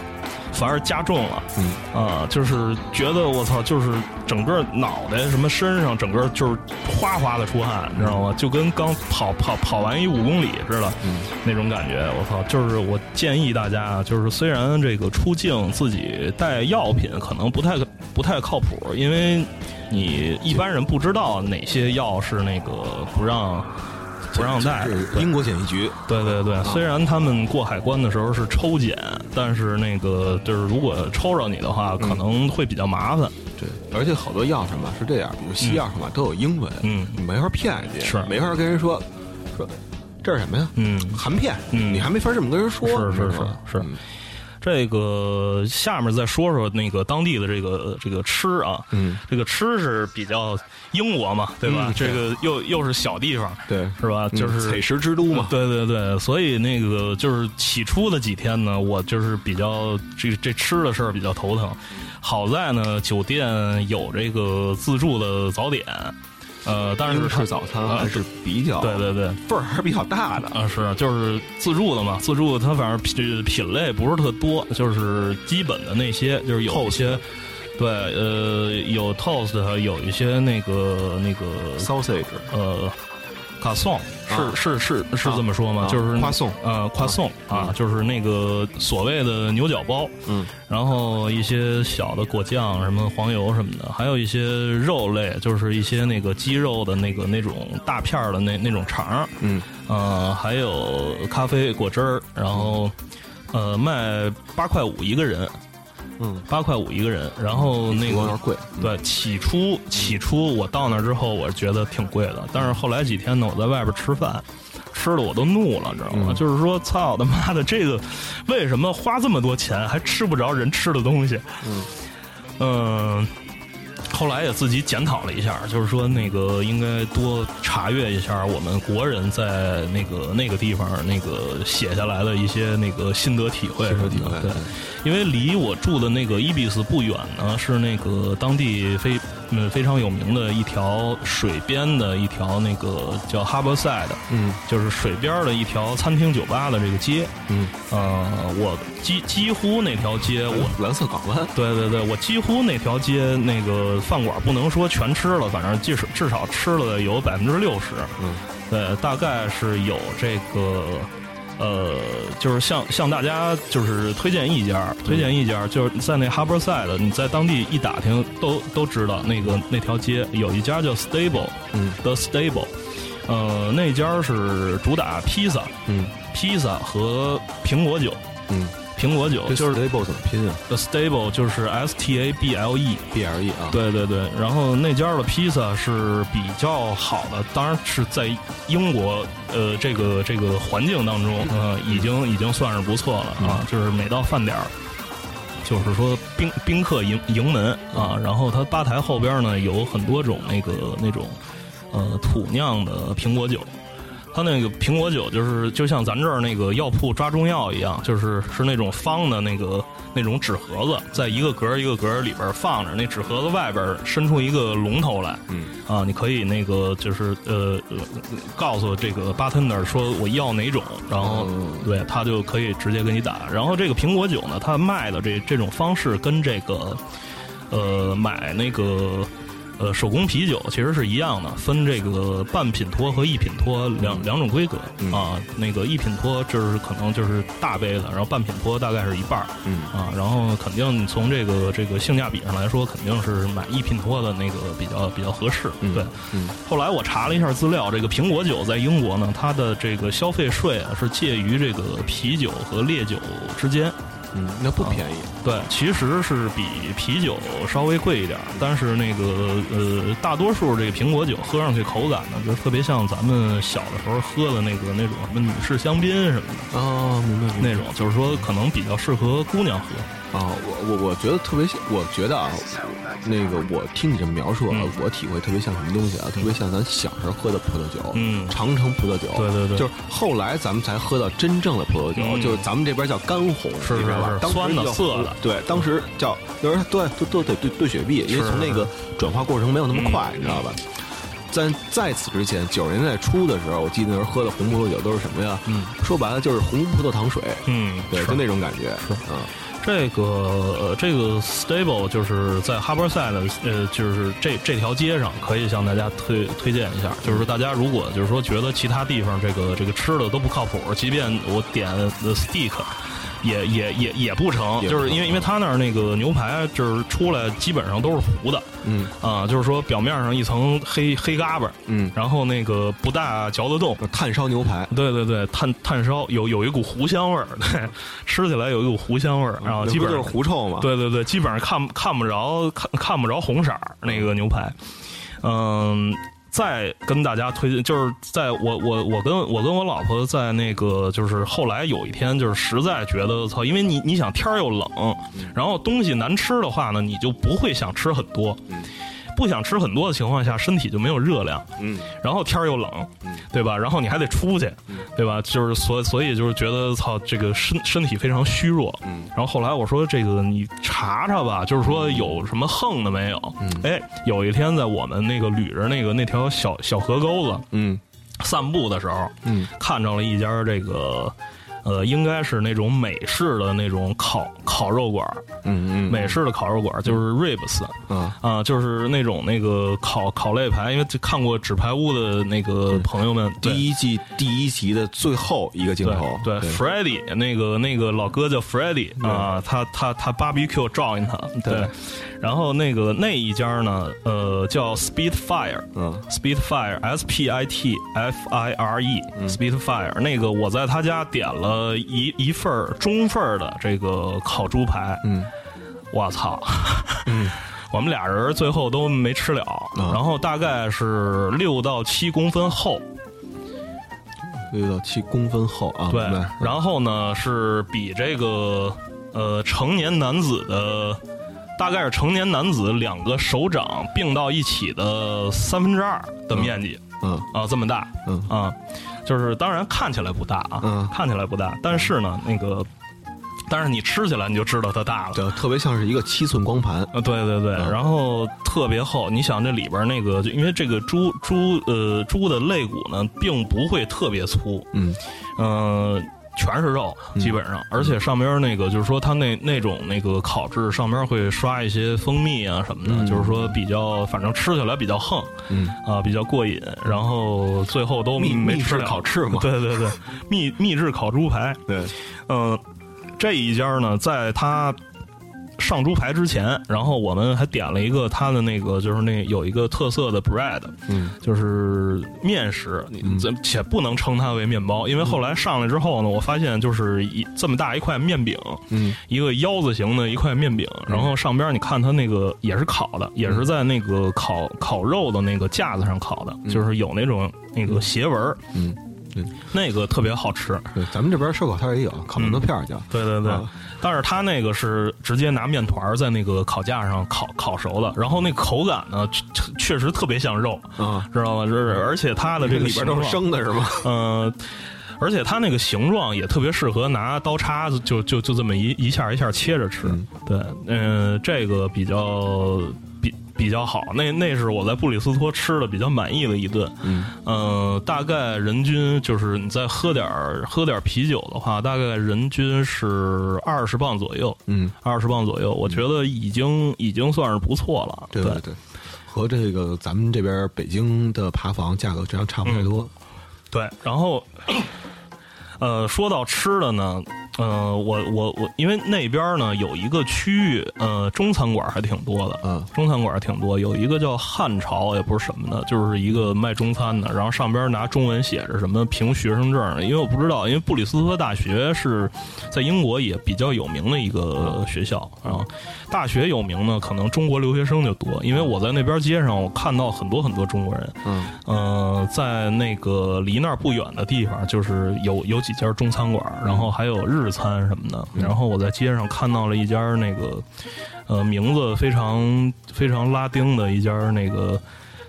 Speaker 3: 反而加重了，
Speaker 2: 嗯，
Speaker 3: 啊、就是觉得我操，就是整个脑袋什么身上整个就是哗哗的出汗，你知道吗？就跟刚跑跑跑完一五公里似的，那种感觉。我操，就是我建议大家啊，就是虽然这个出境自己带药品可能不太不太靠谱，因为你一般人不知道哪些药是那个不让不让带的，
Speaker 2: 是
Speaker 3: 对
Speaker 2: 英国检疫局，
Speaker 3: 对对对，虽然他们过海关的时候是抽检，但是那个就是如果抽着你的话，可能会比较麻烦。
Speaker 2: 对，而且好多药上吧是这样，比如西药上吧都有英文，
Speaker 3: 嗯
Speaker 2: 你没法骗人家，
Speaker 3: 是
Speaker 2: 没法跟人说说这是什么呀，
Speaker 3: 嗯
Speaker 2: 含片，
Speaker 3: 嗯
Speaker 2: 你还没法这么跟人说，嗯
Speaker 3: 是是
Speaker 2: 你知道
Speaker 3: 是
Speaker 2: 吗
Speaker 3: 是，这个下面再说说那个当地的这个这个吃啊，
Speaker 2: 嗯，
Speaker 3: 这个吃是比较英国嘛，对吧？
Speaker 2: 嗯
Speaker 3: 这个又又是小地方，
Speaker 2: 对，
Speaker 3: 是吧？就
Speaker 2: 嗯
Speaker 3: 是呃
Speaker 2: 采石之都嘛，
Speaker 3: 对对对，所以那个就是起初的几天呢，我就是比较这这吃的事儿比较头疼。好在呢，酒店有这个自助的早点，呃，但是
Speaker 2: 英
Speaker 3: 它
Speaker 2: 式早餐
Speaker 3: 啊
Speaker 2: 还是比较
Speaker 3: 对对对。
Speaker 2: 份儿还是比较大的，
Speaker 3: 啊，是就是自助的嘛，自助它反正品呃品类不是特多，就是基本的那些，就是有一些，对，呃，有 toast，有一些那个那个
Speaker 2: sausage
Speaker 3: 呃，卡颂
Speaker 2: 啊
Speaker 3: 是是是是
Speaker 2: 啊
Speaker 3: 这么说吗？
Speaker 2: 啊
Speaker 3: 就是
Speaker 2: 夸颂
Speaker 3: 呃，夸颂啊，就是那个所谓的牛角包，
Speaker 2: 嗯，
Speaker 3: 然后一些小的果酱、什么黄油什么的，还有一些肉类，就是一些那个鸡肉的那个那种大片儿的那那种肠儿，
Speaker 2: 嗯，
Speaker 3: 呃，还有咖啡、果汁儿，然后呃，卖八块五一个人，
Speaker 2: 嗯，
Speaker 3: 八块五一个人，然后那
Speaker 2: 有
Speaker 3: 个
Speaker 2: 点贵，嗯
Speaker 3: 对，起初起初我到那儿之后，我觉得挺贵的，但是后来几天呢，我在外边吃饭，吃的我都怒了，知道吗？
Speaker 2: 嗯
Speaker 3: 就是说，操他妈的，这个为什么花这么多钱还吃不着人吃的东西？嗯，后来也自己检讨了一下，就是说那个应该多查阅一下我们国人在那个那个地方那个写下来的一些那个心得体会什么的。
Speaker 2: 心得体会
Speaker 3: 对，因为离我住的那个伊比斯不远呢，是那个当地非嗯非常有名的一条水边的一条那个叫 Harborside，
Speaker 2: 嗯
Speaker 3: 就是水边儿的一条餐厅酒吧的这个街。
Speaker 2: 嗯，
Speaker 3: 呃，我几几乎那条街我
Speaker 2: 蓝色港湾，
Speaker 3: 对对对，我几乎那条街那个饭馆不能说全吃了，反正至少至少吃了有百分之六十，
Speaker 2: 嗯
Speaker 3: 对，大概是有这个。呃，就是向向大家就是推荐一家，
Speaker 2: 嗯
Speaker 3: 推荐一家，就是在那 Harborside，你在当地一打听都都知道那个那条街有一家叫 Stable
Speaker 2: 嗯
Speaker 3: The Stable，呃，那家是主打披萨，
Speaker 2: 嗯
Speaker 3: 披萨和苹果酒，
Speaker 2: 嗯，
Speaker 3: 苹果酒
Speaker 2: 这
Speaker 3: 就是
Speaker 2: stable 怎么拼啊
Speaker 3: The Stable 就是 S T A B L E，
Speaker 2: ？B L E 啊，
Speaker 3: 对对对。然后那家的披萨是比较好的，当然是在英国呃这个这个环境当中，呃已经已经算是不错了啊。就是每到饭点儿，就是说宾宾客迎迎门啊，然后它吧台后边呢有很多种那个那种呃土酿的苹果酒。它那个苹果酒就是就像咱这儿那个药铺抓中药一样，就是是那种方的那个那种纸盒子，在一个格儿一个格儿里边儿放着，那纸盒子外边儿伸出一个龙头来，
Speaker 2: 嗯
Speaker 3: 啊，你可以那个就是呃呃告诉这个 bartender 说我要哪种，然后、对他就可以直接给你打。然后这个苹果酒呢，它卖的这这种方式跟这个呃买那个呃手工啤酒其实是一样的，分这个半品托和一品托两两种规格、
Speaker 2: 嗯
Speaker 3: 啊。那个一品托就是可能就是大杯的，然后半品托大概是一半儿
Speaker 2: 嗯
Speaker 3: 啊。然后肯定从这个这个性价比上来说，肯定是买一品托的那个比较比较合适。
Speaker 2: 嗯
Speaker 3: 对，
Speaker 2: 嗯
Speaker 3: 后来我查了一下资料，这个苹果酒在英国呢，它的这个消费税啊是介于这个啤酒和烈酒之间。
Speaker 2: 嗯，那不便宜，
Speaker 3: 对，其实是比啤酒稍微贵一点儿，但是那个呃，大多数这个苹果酒喝上去口感呢，就特别像咱们小的时候喝的那个那种什么女士香槟什么的
Speaker 2: 哦，明白明白
Speaker 3: 那种，就是说可能比较适合姑娘喝。
Speaker 2: 啊，我我我觉得特别像，我觉得啊，那个我听你这么描述啊，
Speaker 3: 嗯
Speaker 2: 我体会特别像什么东西啊，特别像咱小时候喝的葡萄酒，
Speaker 3: 嗯
Speaker 2: 长城葡萄酒，
Speaker 3: 对对对
Speaker 2: 就是后来咱们才喝到真正的葡萄酒，
Speaker 3: 嗯
Speaker 2: 就是咱们这边叫干红，
Speaker 3: 是
Speaker 2: 你知道吧
Speaker 3: 是是
Speaker 2: 当时
Speaker 3: 酸的
Speaker 2: 叫
Speaker 3: 涩的
Speaker 2: 对，当时叫，有人对都都得兑兑雪碧，因为
Speaker 3: 是
Speaker 2: 从那个转化过程没有那么
Speaker 3: 嗯
Speaker 2: 快，你知道吧？在在此之前，九十年代初的时候，我记得那时候喝的红葡萄酒都是什么呀？
Speaker 3: 嗯，
Speaker 2: 说白了就是红葡萄糖水，
Speaker 3: 嗯，
Speaker 2: 对，
Speaker 3: 是
Speaker 2: 就那种感觉，
Speaker 3: 是
Speaker 2: 嗯。
Speaker 3: 这个呃这个 stable 就是在 Harborside 呃，就是这这条街上，可以向大家推推荐一下。就是说，大家如果就是说觉得其他地方这个这个吃的都不靠谱，即便我点呃 steak。也也也也不成，
Speaker 2: 也不成嗯
Speaker 3: 就是因为因为他那儿那个牛排就是出来基本上都是糊的，
Speaker 2: 嗯
Speaker 3: 啊、就是说表面上一层黑黑嘎巴，
Speaker 2: 嗯，
Speaker 3: 然后那个不大嚼得动，
Speaker 2: 炭烧牛排，
Speaker 3: 对对对，炭炭烧有有一股糊香味儿，对，吃起来有一股糊香味儿，然后
Speaker 2: 嗯
Speaker 3: 基
Speaker 2: 那不
Speaker 3: 本
Speaker 2: 就
Speaker 3: 上
Speaker 2: 是狐臭嘛。，
Speaker 3: 对对对，基本上看看不着看看不着红色儿那个牛排，嗯。再跟大家推荐，就是在我我我跟我跟我老婆在那个，就是后来有一天，就是实在觉得操，因为你你想天儿又冷，然后东西难吃的话呢，你就不会想吃很多，不想吃很多的情况下，身体就没有热量，
Speaker 2: 嗯，
Speaker 3: 然后天儿又冷，对吧？然后你还得出去，对吧？就是所所以就是觉得操，这个身身体非常虚弱。
Speaker 2: 嗯
Speaker 3: 然后后来我说这个你查查吧，就是说有什么横的没有？
Speaker 2: 嗯
Speaker 3: 哎，有一天在我们那个捋着那个那条小小河沟子
Speaker 2: 嗯
Speaker 3: 散步的时候，
Speaker 2: 嗯，
Speaker 3: 看着了一家这个。呃，应该是那种美式的那种烤烤肉馆儿，
Speaker 2: 嗯嗯，
Speaker 3: 美式的烤肉馆儿就是 ribs，
Speaker 2: 啊，
Speaker 3: 啊，就是那种那个烤烤肋排，因为这看过《纸牌屋》的那个
Speaker 2: 嗯
Speaker 3: 朋友们，对
Speaker 2: 第一季第一集的最后一个镜
Speaker 3: 对
Speaker 2: 头，
Speaker 3: 对 f r e d d y 那个那个老哥叫 f r e d d y 啊，他他他 barbecue 照应他，
Speaker 2: 对
Speaker 3: 对，然后那个那一家呢，呃，叫 Speedfire，
Speaker 2: 嗯
Speaker 3: ，Speedfire，S P I T F I R
Speaker 2: 嗯
Speaker 3: E，Speedfire，那个我在他家点了一一份儿中份儿的这个烤猪排，
Speaker 2: 嗯，
Speaker 3: 我操， 我们俩人最后都没吃了，
Speaker 2: 啊
Speaker 3: 然后大概是六到七公分厚，
Speaker 2: 六到七公分厚啊，
Speaker 3: 对
Speaker 2: 明白，
Speaker 3: 然后呢是比这个呃成年男子的大概是成年男子两个手掌并到一起的三分之二的面积。
Speaker 2: 嗯
Speaker 3: 啊，这么大，
Speaker 2: 嗯
Speaker 3: 啊，就是当然看起来不大啊，
Speaker 2: 嗯
Speaker 3: 看起来不大，但是呢，那个，但是你吃起来你就知道它大了，
Speaker 2: 对，特别像是一个七寸光盘，
Speaker 3: 啊，对对对，
Speaker 2: 嗯
Speaker 3: 然后特别厚。你想这里边那个，就因为这个猪猪呃猪的肋骨呢，并不会特别粗，
Speaker 2: 嗯
Speaker 3: 嗯、全是肉，基本上，而且上边那个就是说它那那种那个烤制上边会刷一些蜂蜜啊什么的，
Speaker 2: 嗯
Speaker 3: 就是说比较反正吃起来比较横
Speaker 2: 嗯，
Speaker 3: 啊、比较过瘾，然后最后都
Speaker 2: 秘
Speaker 3: 没
Speaker 2: 秘
Speaker 3: 吃
Speaker 2: 制
Speaker 3: 了
Speaker 2: 烤翅嘛
Speaker 3: 对对对，秘秘制烤猪排，
Speaker 2: 对，
Speaker 3: 嗯，这一家呢，在他上猪排之前，然后我们还点了一个他的那个，就是那有一个特色的 bread，
Speaker 2: 嗯
Speaker 3: 就是面食，你咱且不能称它为面包，因为后来上来之后呢，我发现就是一这么大一块面饼，
Speaker 2: 嗯
Speaker 3: 一个腰子形的一块面饼，然后上边你看它那个也是烤的，也是在那个烤烤肉的那个架子上烤的，就是有那种那个斜纹儿，
Speaker 2: 嗯，
Speaker 3: 那个特别好吃。
Speaker 2: 对，咱们这边烧烤摊也有烤馒头片儿叫，
Speaker 3: 对对对，
Speaker 2: 啊
Speaker 3: 但是他那个是直接拿面团儿在那个烤架上烤烤熟的，然后那口感呢，确确实特别像肉，
Speaker 2: 啊，
Speaker 3: 知道吗？就是而且它的嗯这个
Speaker 2: 里边都是
Speaker 3: 形状，
Speaker 2: 生的 是吗？
Speaker 3: 嗯、而且它那个形状也特别适合拿刀叉子就就就这么一一下一下切着吃，
Speaker 2: 嗯
Speaker 3: 对，嗯、这个比较比比较好，那那是我在布里斯托吃的比较满意的一顿，
Speaker 2: 嗯
Speaker 3: 呃，大概人均就是你再喝点儿喝点儿啤酒的话，大概人均是二十磅左右，
Speaker 2: 嗯，
Speaker 3: 二十磅左右，我觉得已经已经算是不错了。
Speaker 2: 对
Speaker 3: 对
Speaker 2: 对，和这个咱们这边北京的爬房价格这样差不
Speaker 3: 嗯
Speaker 2: 太多，
Speaker 3: 对然后，呃，说到吃的呢，呃，我我我，因为那边儿呢有一个区域，呃，中餐馆还挺多的，
Speaker 2: 嗯
Speaker 3: 中餐馆挺多，有一个叫汉朝，也不是什么的，就是一个卖中餐的，然后上边拿中文写着什么凭学生证儿，因为我不知道，因为布里斯托大学是在英国也比较有名的一个学校啊。大学有名呢，可能中国留学生就多，因为我在那边街上我看到很多很多中国人，
Speaker 2: 嗯
Speaker 3: 呃，在那个离那儿不远的地方，就是有有几家中餐馆，然后还有日餐什么的。然后我在街上看到了一家那个，呃，名字非常非常拉丁的一家那个。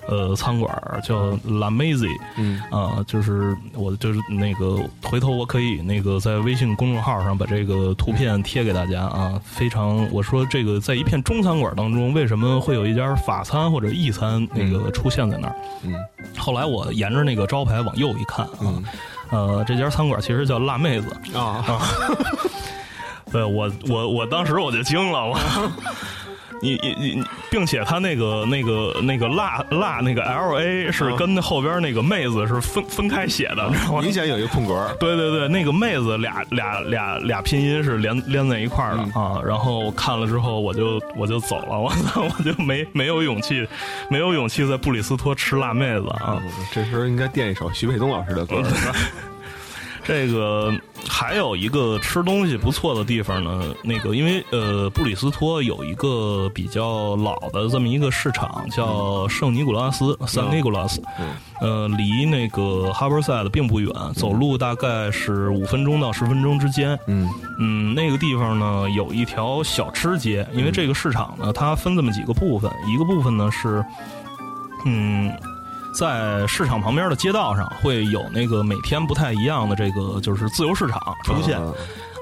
Speaker 3: 呃，餐馆叫 La Mazy
Speaker 2: 嗯
Speaker 3: 啊、就是我就是那个回头我可以那个在微信公众号上把这个图片贴给大家啊，非常我说这个在一片中餐馆当中，为什么会有一家法餐或者意餐那个出现在那儿？
Speaker 2: 嗯
Speaker 3: 后来我沿着那个招牌往右一看啊，
Speaker 2: 嗯
Speaker 3: 呃，这家餐馆其实叫辣妹子。
Speaker 2: 啊，
Speaker 3: 对我，我我当时我就惊了，我。你你你，你并且它那个那个那个辣辣那个 L A 是跟后边那个妹子是分分开写的，你知道吗？
Speaker 2: 明显有一个空格儿，
Speaker 3: 对对对，那个妹子俩俩俩俩拼音是连连在一块儿的、啊。然后我看了之后，我就我就走了，我 我就没没有勇气，没有勇气在布里斯托吃辣妹子
Speaker 2: 嗯
Speaker 3: 啊。
Speaker 2: 这时候应该垫一首徐沛东老师的歌儿，
Speaker 3: 这个还有一个吃东西不错的地方呢，那个因为呃，布里斯托有一个比较老的这么一个市场，叫圣尼古拉斯 （San Nicolas），、呃，离那个 Harborside 并不远，走路大概是五分钟到十分钟之间。
Speaker 2: 嗯
Speaker 3: 嗯，那个地方呢有一条小吃街，因为这个市场呢它分这么几个部分，一个部分呢是，嗯，在市场旁边的街道上会有那个每天不太一样的这个就是自由市场出现，
Speaker 2: 啊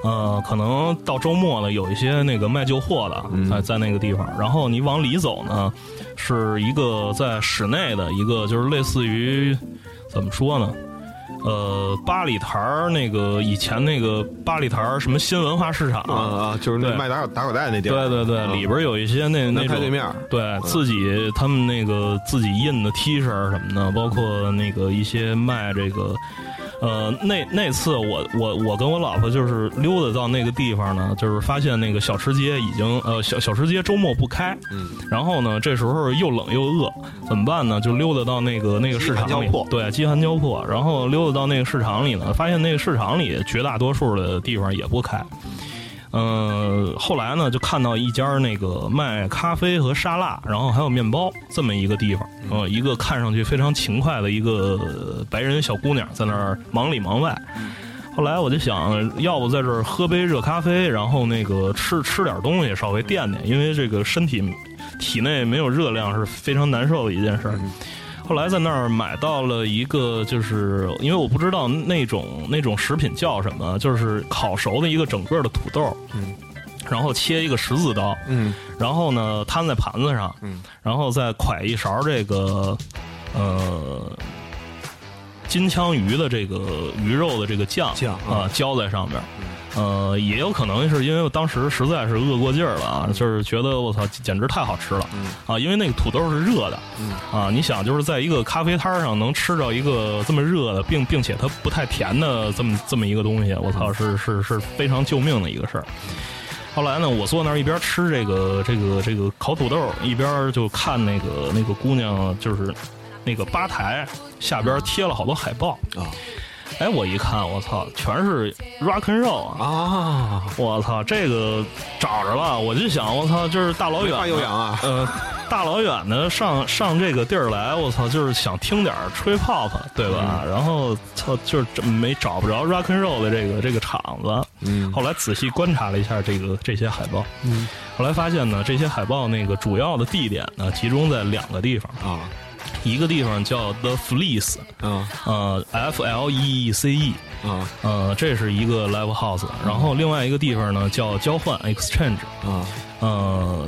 Speaker 3: 呃，可能到周末呢有一些那个卖旧货的啊在在那个地方，然后你往里走呢是一个在室内的一个就是类似于怎么说呢？呃，八里台儿那个以前那个八里台儿什么新文化市场，
Speaker 2: 啊啊，就是那
Speaker 3: 对
Speaker 2: 卖打口打口袋那地儿，
Speaker 3: 对对对，
Speaker 2: 嗯
Speaker 3: 里边有一些那那
Speaker 2: 南开
Speaker 3: 种
Speaker 2: 对面儿，嗯
Speaker 3: 对自己他们那个自己印的 T 恤什么的，包括那个一些卖这个，呃，那那次我我我跟我老婆就是溜达到那个地方呢，就是发现那个小吃街已经呃小小吃街周末不开，
Speaker 2: 嗯，
Speaker 3: 然后呢这时候又冷又饿，怎么办呢？就溜达到那个那个市场
Speaker 2: 饥寒
Speaker 3: 里
Speaker 2: 交迫，
Speaker 3: 对，饥寒交迫，然后溜达到那个市场里呢，发现那个市场里绝大多数的地方也不开。嗯，后来呢，就看到一家那个卖咖啡和沙拉，然后还有面包这么一个地方，
Speaker 2: 嗯
Speaker 3: 呃，一
Speaker 2: 嗯
Speaker 3: 个看上去非常勤快的一个白人小姑娘在那儿忙里忙外，后来我就想，要不在这儿喝杯热咖啡，然后那个吃吃点东西，稍微垫垫，因为这个身体体内没有热量是非常难受的一件事儿。后来在那儿买到了一个，就是因为我不知道那种那种食品叫什么，就是烤熟的一个整个的土豆，
Speaker 2: 嗯，
Speaker 3: 然后切一个十字刀，
Speaker 2: 嗯
Speaker 3: 然后呢摊在盘子上，
Speaker 2: 嗯
Speaker 3: 然后再㧟一勺这个呃金枪鱼的这个鱼肉的这个酱
Speaker 2: 酱嗯
Speaker 3: 啊、浇在上面。呃，也有可能是因为我当时实在是饿过劲儿了啊，就是觉得我操，简直太好吃了
Speaker 2: 嗯
Speaker 3: 啊！因为那个土豆是热的
Speaker 2: 嗯
Speaker 3: 啊，你想就是在一个咖啡摊儿上能吃到一个这么热的，并并且它不太甜的这么这么一个东西，我
Speaker 2: 嗯
Speaker 3: 操，是是是非常救命的一个事儿。后来呢，我坐那儿一边吃这个这个这个烤土豆，一边就看那个那个姑娘，就是那个吧台下边贴了好多海报。
Speaker 2: 啊
Speaker 3: 哎，我一看，我操，全是 rock and roll 啊！
Speaker 2: 啊，
Speaker 3: 我操，这个找着了，我就想，我操，就是大老远
Speaker 2: 话
Speaker 3: 的
Speaker 2: 又痒啊，
Speaker 3: 呃，大老远的上上这个地儿来，我操，就是想听点儿吹泡泡，对吧？
Speaker 2: 嗯
Speaker 3: 然后操，就是这没找不着 rock and roll 的这个这个场子。
Speaker 2: 嗯
Speaker 3: 后来仔细观察了一下这个这些海报，
Speaker 2: 嗯
Speaker 3: 后来发现呢，这些海报那个主要的地点呢，集中在两个地方，
Speaker 2: 啊
Speaker 3: 一个地方叫 The Fleece，
Speaker 2: 啊
Speaker 3: 呃，F L E E C E，
Speaker 2: 啊
Speaker 3: 呃，这是一个 live house，然后另外一个地方呢叫交换 exchange，
Speaker 2: 啊，
Speaker 3: 呃，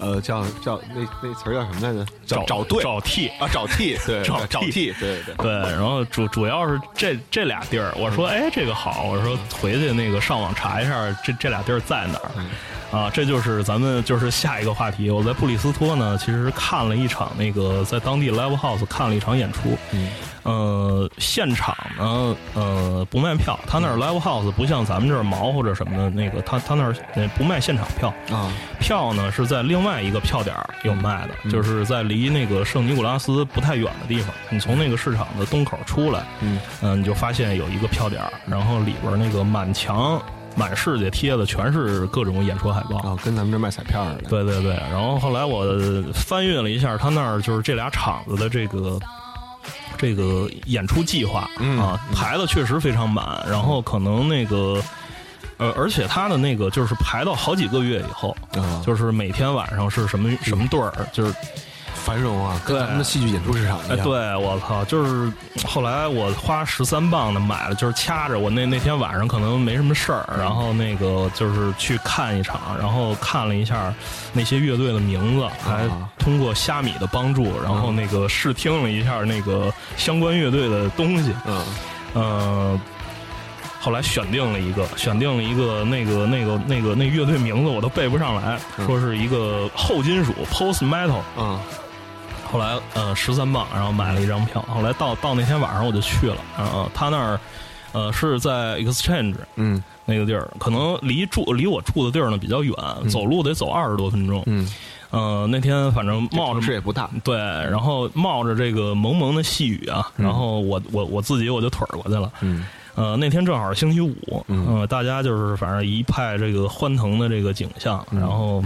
Speaker 2: 呃，叫叫那那词儿叫什么来着？
Speaker 3: 找
Speaker 2: 找找对
Speaker 3: 找替。
Speaker 2: 啊，找替，对，
Speaker 3: 找
Speaker 2: 找找
Speaker 3: 替
Speaker 2: 替，对对对，
Speaker 3: 对，然后主主要是这这俩地儿，我说哎这个好，我说回去那个上网查一下这这俩地儿在哪儿
Speaker 2: 嗯
Speaker 3: 啊，这就是咱们就是下一个话题。我在布里斯托呢，其实看了一场那个在当地 live house 看了一场演出，
Speaker 2: 嗯
Speaker 3: 呃，现场呢，呃，不卖票，他那
Speaker 2: 嗯
Speaker 3: 儿 live house 不像咱们这儿毛或者什么的，那个他他那儿呃不卖现场票，
Speaker 2: 啊
Speaker 3: 票呢是在另外一个票点儿有卖的，
Speaker 2: 嗯
Speaker 3: 就是在离那个圣尼古拉斯不太远的地方，你从那个市场的东口出来，
Speaker 2: 嗯
Speaker 3: 嗯、你就发现有一个票点儿，然后里边儿那个满墙满世界贴的全是各种演出海报。
Speaker 2: 啊，跟咱们这卖彩票似的，
Speaker 3: 对对对，然后后来我翻阅了一下他那儿就是这俩厂子的这个这个演出计划、
Speaker 2: 嗯
Speaker 3: 啊，排的确实非常满，然后可能那个呃，而且他的那个就是排到好几个月以后，
Speaker 2: 啊，
Speaker 3: 就是每天晚上是什么什么队儿，就是
Speaker 2: 繁荣啊，跟
Speaker 3: 对
Speaker 2: 咱们的戏剧演出市场一
Speaker 3: 哎，
Speaker 2: 样，
Speaker 3: 对我操，就是后来我花十三磅的买了，就是掐着我那那天晚上可能没什么事儿，然后那个就是去看一场，然后看了一下那些乐队的名字，
Speaker 2: 啊
Speaker 3: 还通过虾米的帮助，然后那个试听了一下那个相关乐队的东西，
Speaker 2: 嗯
Speaker 3: 呃，后来选定了一个，选定了一个那个那个那个那乐队名字我都背不上来，
Speaker 2: 嗯
Speaker 3: 说是一个后金属 post metal。
Speaker 2: 嗯
Speaker 3: 后来呃十三磅，然后买了一张票。后来到到那天晚上我就去了，然后他那儿呃是在 Exchange
Speaker 2: 嗯
Speaker 3: 那个地儿，可能离住离我住的地儿呢比较远，走路得走二十多分钟。
Speaker 2: 嗯，
Speaker 3: 呃，那天反正冒着
Speaker 2: 城市也不大，
Speaker 3: 对，然后冒着这个蒙蒙的细雨啊，然后我我我自己我就腿儿过去了。
Speaker 2: 嗯
Speaker 3: 呃，那天正好是星期五，
Speaker 2: 嗯
Speaker 3: 呃，大家就是反正一派这个欢腾的这个景象，
Speaker 2: 嗯
Speaker 3: 然后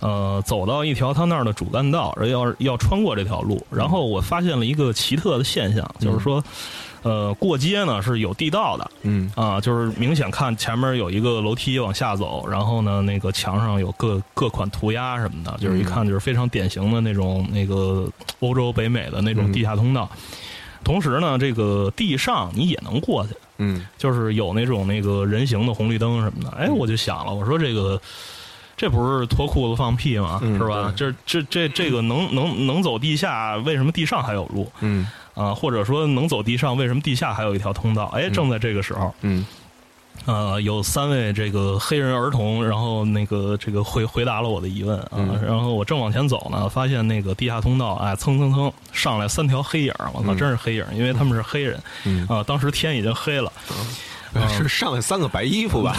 Speaker 3: 呃，走到一条他那儿的主干道，要要穿过这条路，然后我发现了一个奇特的现象，就是说，呃，过街呢是有地道的。
Speaker 2: 嗯
Speaker 3: 啊，就是明显看前面有一个楼梯往下走，然后呢，那个墙上有各各款涂鸦什么的，就是一看就是非常典型的那种那个欧洲北美的那种地下通道。同时呢，这个地上你也能过去，
Speaker 2: 嗯
Speaker 3: 就是有那种那个人行的红绿灯什么的。哎，我就想了，我说这个这不是脱裤子放屁吗？
Speaker 2: 嗯
Speaker 3: 是吧？这这这这个能能能走地下，为什么地上还有路
Speaker 2: 嗯
Speaker 3: 啊？或者说能走地上，为什么地下还有一条通道？哎，正在这个时候，
Speaker 2: 嗯
Speaker 3: 呃，有三位这个黑人儿童，然后那个这个回回答了我的疑问啊，
Speaker 2: 嗯
Speaker 3: 然后我正往前走呢，发现那个地下通道，哎，蹭蹭蹭上来三条黑影儿，我操，
Speaker 2: 嗯
Speaker 3: 真是黑影儿，因为他们是黑人，
Speaker 2: 嗯
Speaker 3: 啊、当时天已经黑了，嗯
Speaker 2: 是 上来三个白衣 服吧？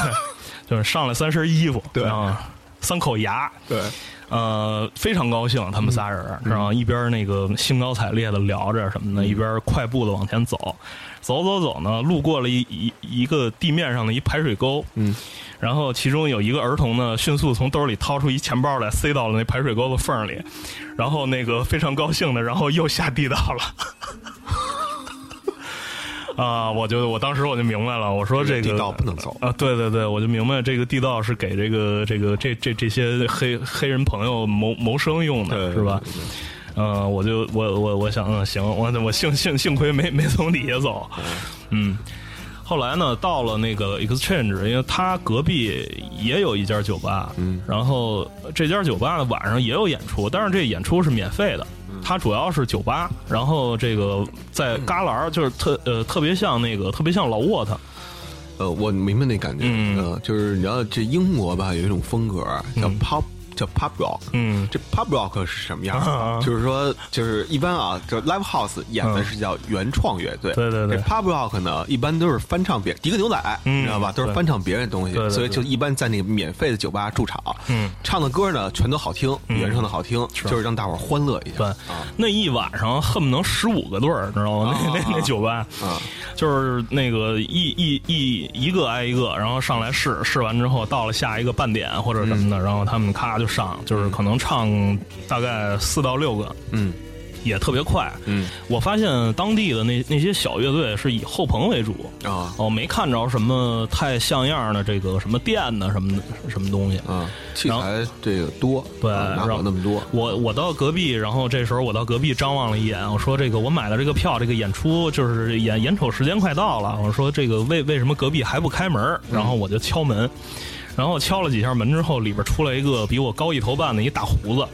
Speaker 3: 就是上来三身衣服，
Speaker 2: 对
Speaker 3: 啊，三口牙，
Speaker 2: 对，
Speaker 3: 呃，非常高兴，他
Speaker 2: 嗯
Speaker 3: 们仨人儿，然后一边那个兴高采烈的聊着什么
Speaker 2: 嗯
Speaker 3: 的，一边快步的往前走，走走走呢，路过了一一一个地面上的一排水沟，
Speaker 2: 嗯
Speaker 3: 然后其中有一个儿童呢，迅速从兜里掏出一钱包来，塞到了那排水沟的缝儿里，然后那个非常高兴的，然后又下地道了。 啊，我就我当时我就明白了，我说这个
Speaker 2: 地道不能走
Speaker 3: 啊，对对对，我就明白这个地道是给这个这个这这这些黑黑人朋友谋谋生用的，
Speaker 2: 对
Speaker 3: 是吧？嗯，我就我我我想，嗯，行，我我幸幸幸亏没没从底下走，嗯。后来呢，到了那个 Exchange，因为他隔壁也有一家酒吧，嗯，然后这家酒吧呢晚上也有演出，但是这演出是免费的，
Speaker 2: 嗯
Speaker 3: 它主要是酒吧，然后这个在旮旯就是特呃特别像那个特别像老沃特，
Speaker 2: 呃，我明白那感觉，
Speaker 3: 嗯
Speaker 2: 呃就是你知道这英国吧，有一种风格叫 pop，、叫 pop rock，
Speaker 3: 嗯
Speaker 2: 这 pop rock 是什么样
Speaker 3: 啊啊
Speaker 2: 儿？就是说，就是一般啊，就 live house 演的是叫原创乐队，
Speaker 3: 对对对
Speaker 2: 这 pop rock 呢，一般都是翻唱别迪克牛仔，
Speaker 3: 嗯
Speaker 2: 你知道吧？都是
Speaker 3: 对
Speaker 2: 翻唱别人的东西，
Speaker 3: 对对对
Speaker 2: 所以就一般在那个免费的酒吧驻场，
Speaker 3: 嗯
Speaker 2: 唱的歌呢全都好听，原唱的好听，就是让大伙儿欢乐一下，啊
Speaker 3: 对，那一晚上恨不能十五个队儿，你知道
Speaker 2: 啊
Speaker 3: 吗？那那那酒吧，就是那个一一一一个挨一个，然后上来试试完之后，到了下一个半点或者什么
Speaker 2: 嗯
Speaker 3: 的，然后他们咔就上，就是可能唱大概四到六个，
Speaker 2: 嗯。
Speaker 3: 也特别快，
Speaker 2: 嗯，
Speaker 3: 我发现当地的那那些小乐队是以后棚为主
Speaker 2: 啊
Speaker 3: 哦，没看着什么太像样的这个什么店呢，什么的什么东西
Speaker 2: 啊，器
Speaker 3: 然后
Speaker 2: 材这个多，
Speaker 3: 对，
Speaker 2: 啊哪
Speaker 3: 然
Speaker 2: 有
Speaker 3: 后
Speaker 2: 那么多？
Speaker 3: 我我到隔壁，然后这时候我到隔壁张望了一眼，我说这个我买了这个票，这个演出就是眼眼瞅时间快到了，我说这个为为什么隔壁还不开门儿？然后我就敲门，然后敲了几下门之后，里边出来一个比我高一头半的一大胡子，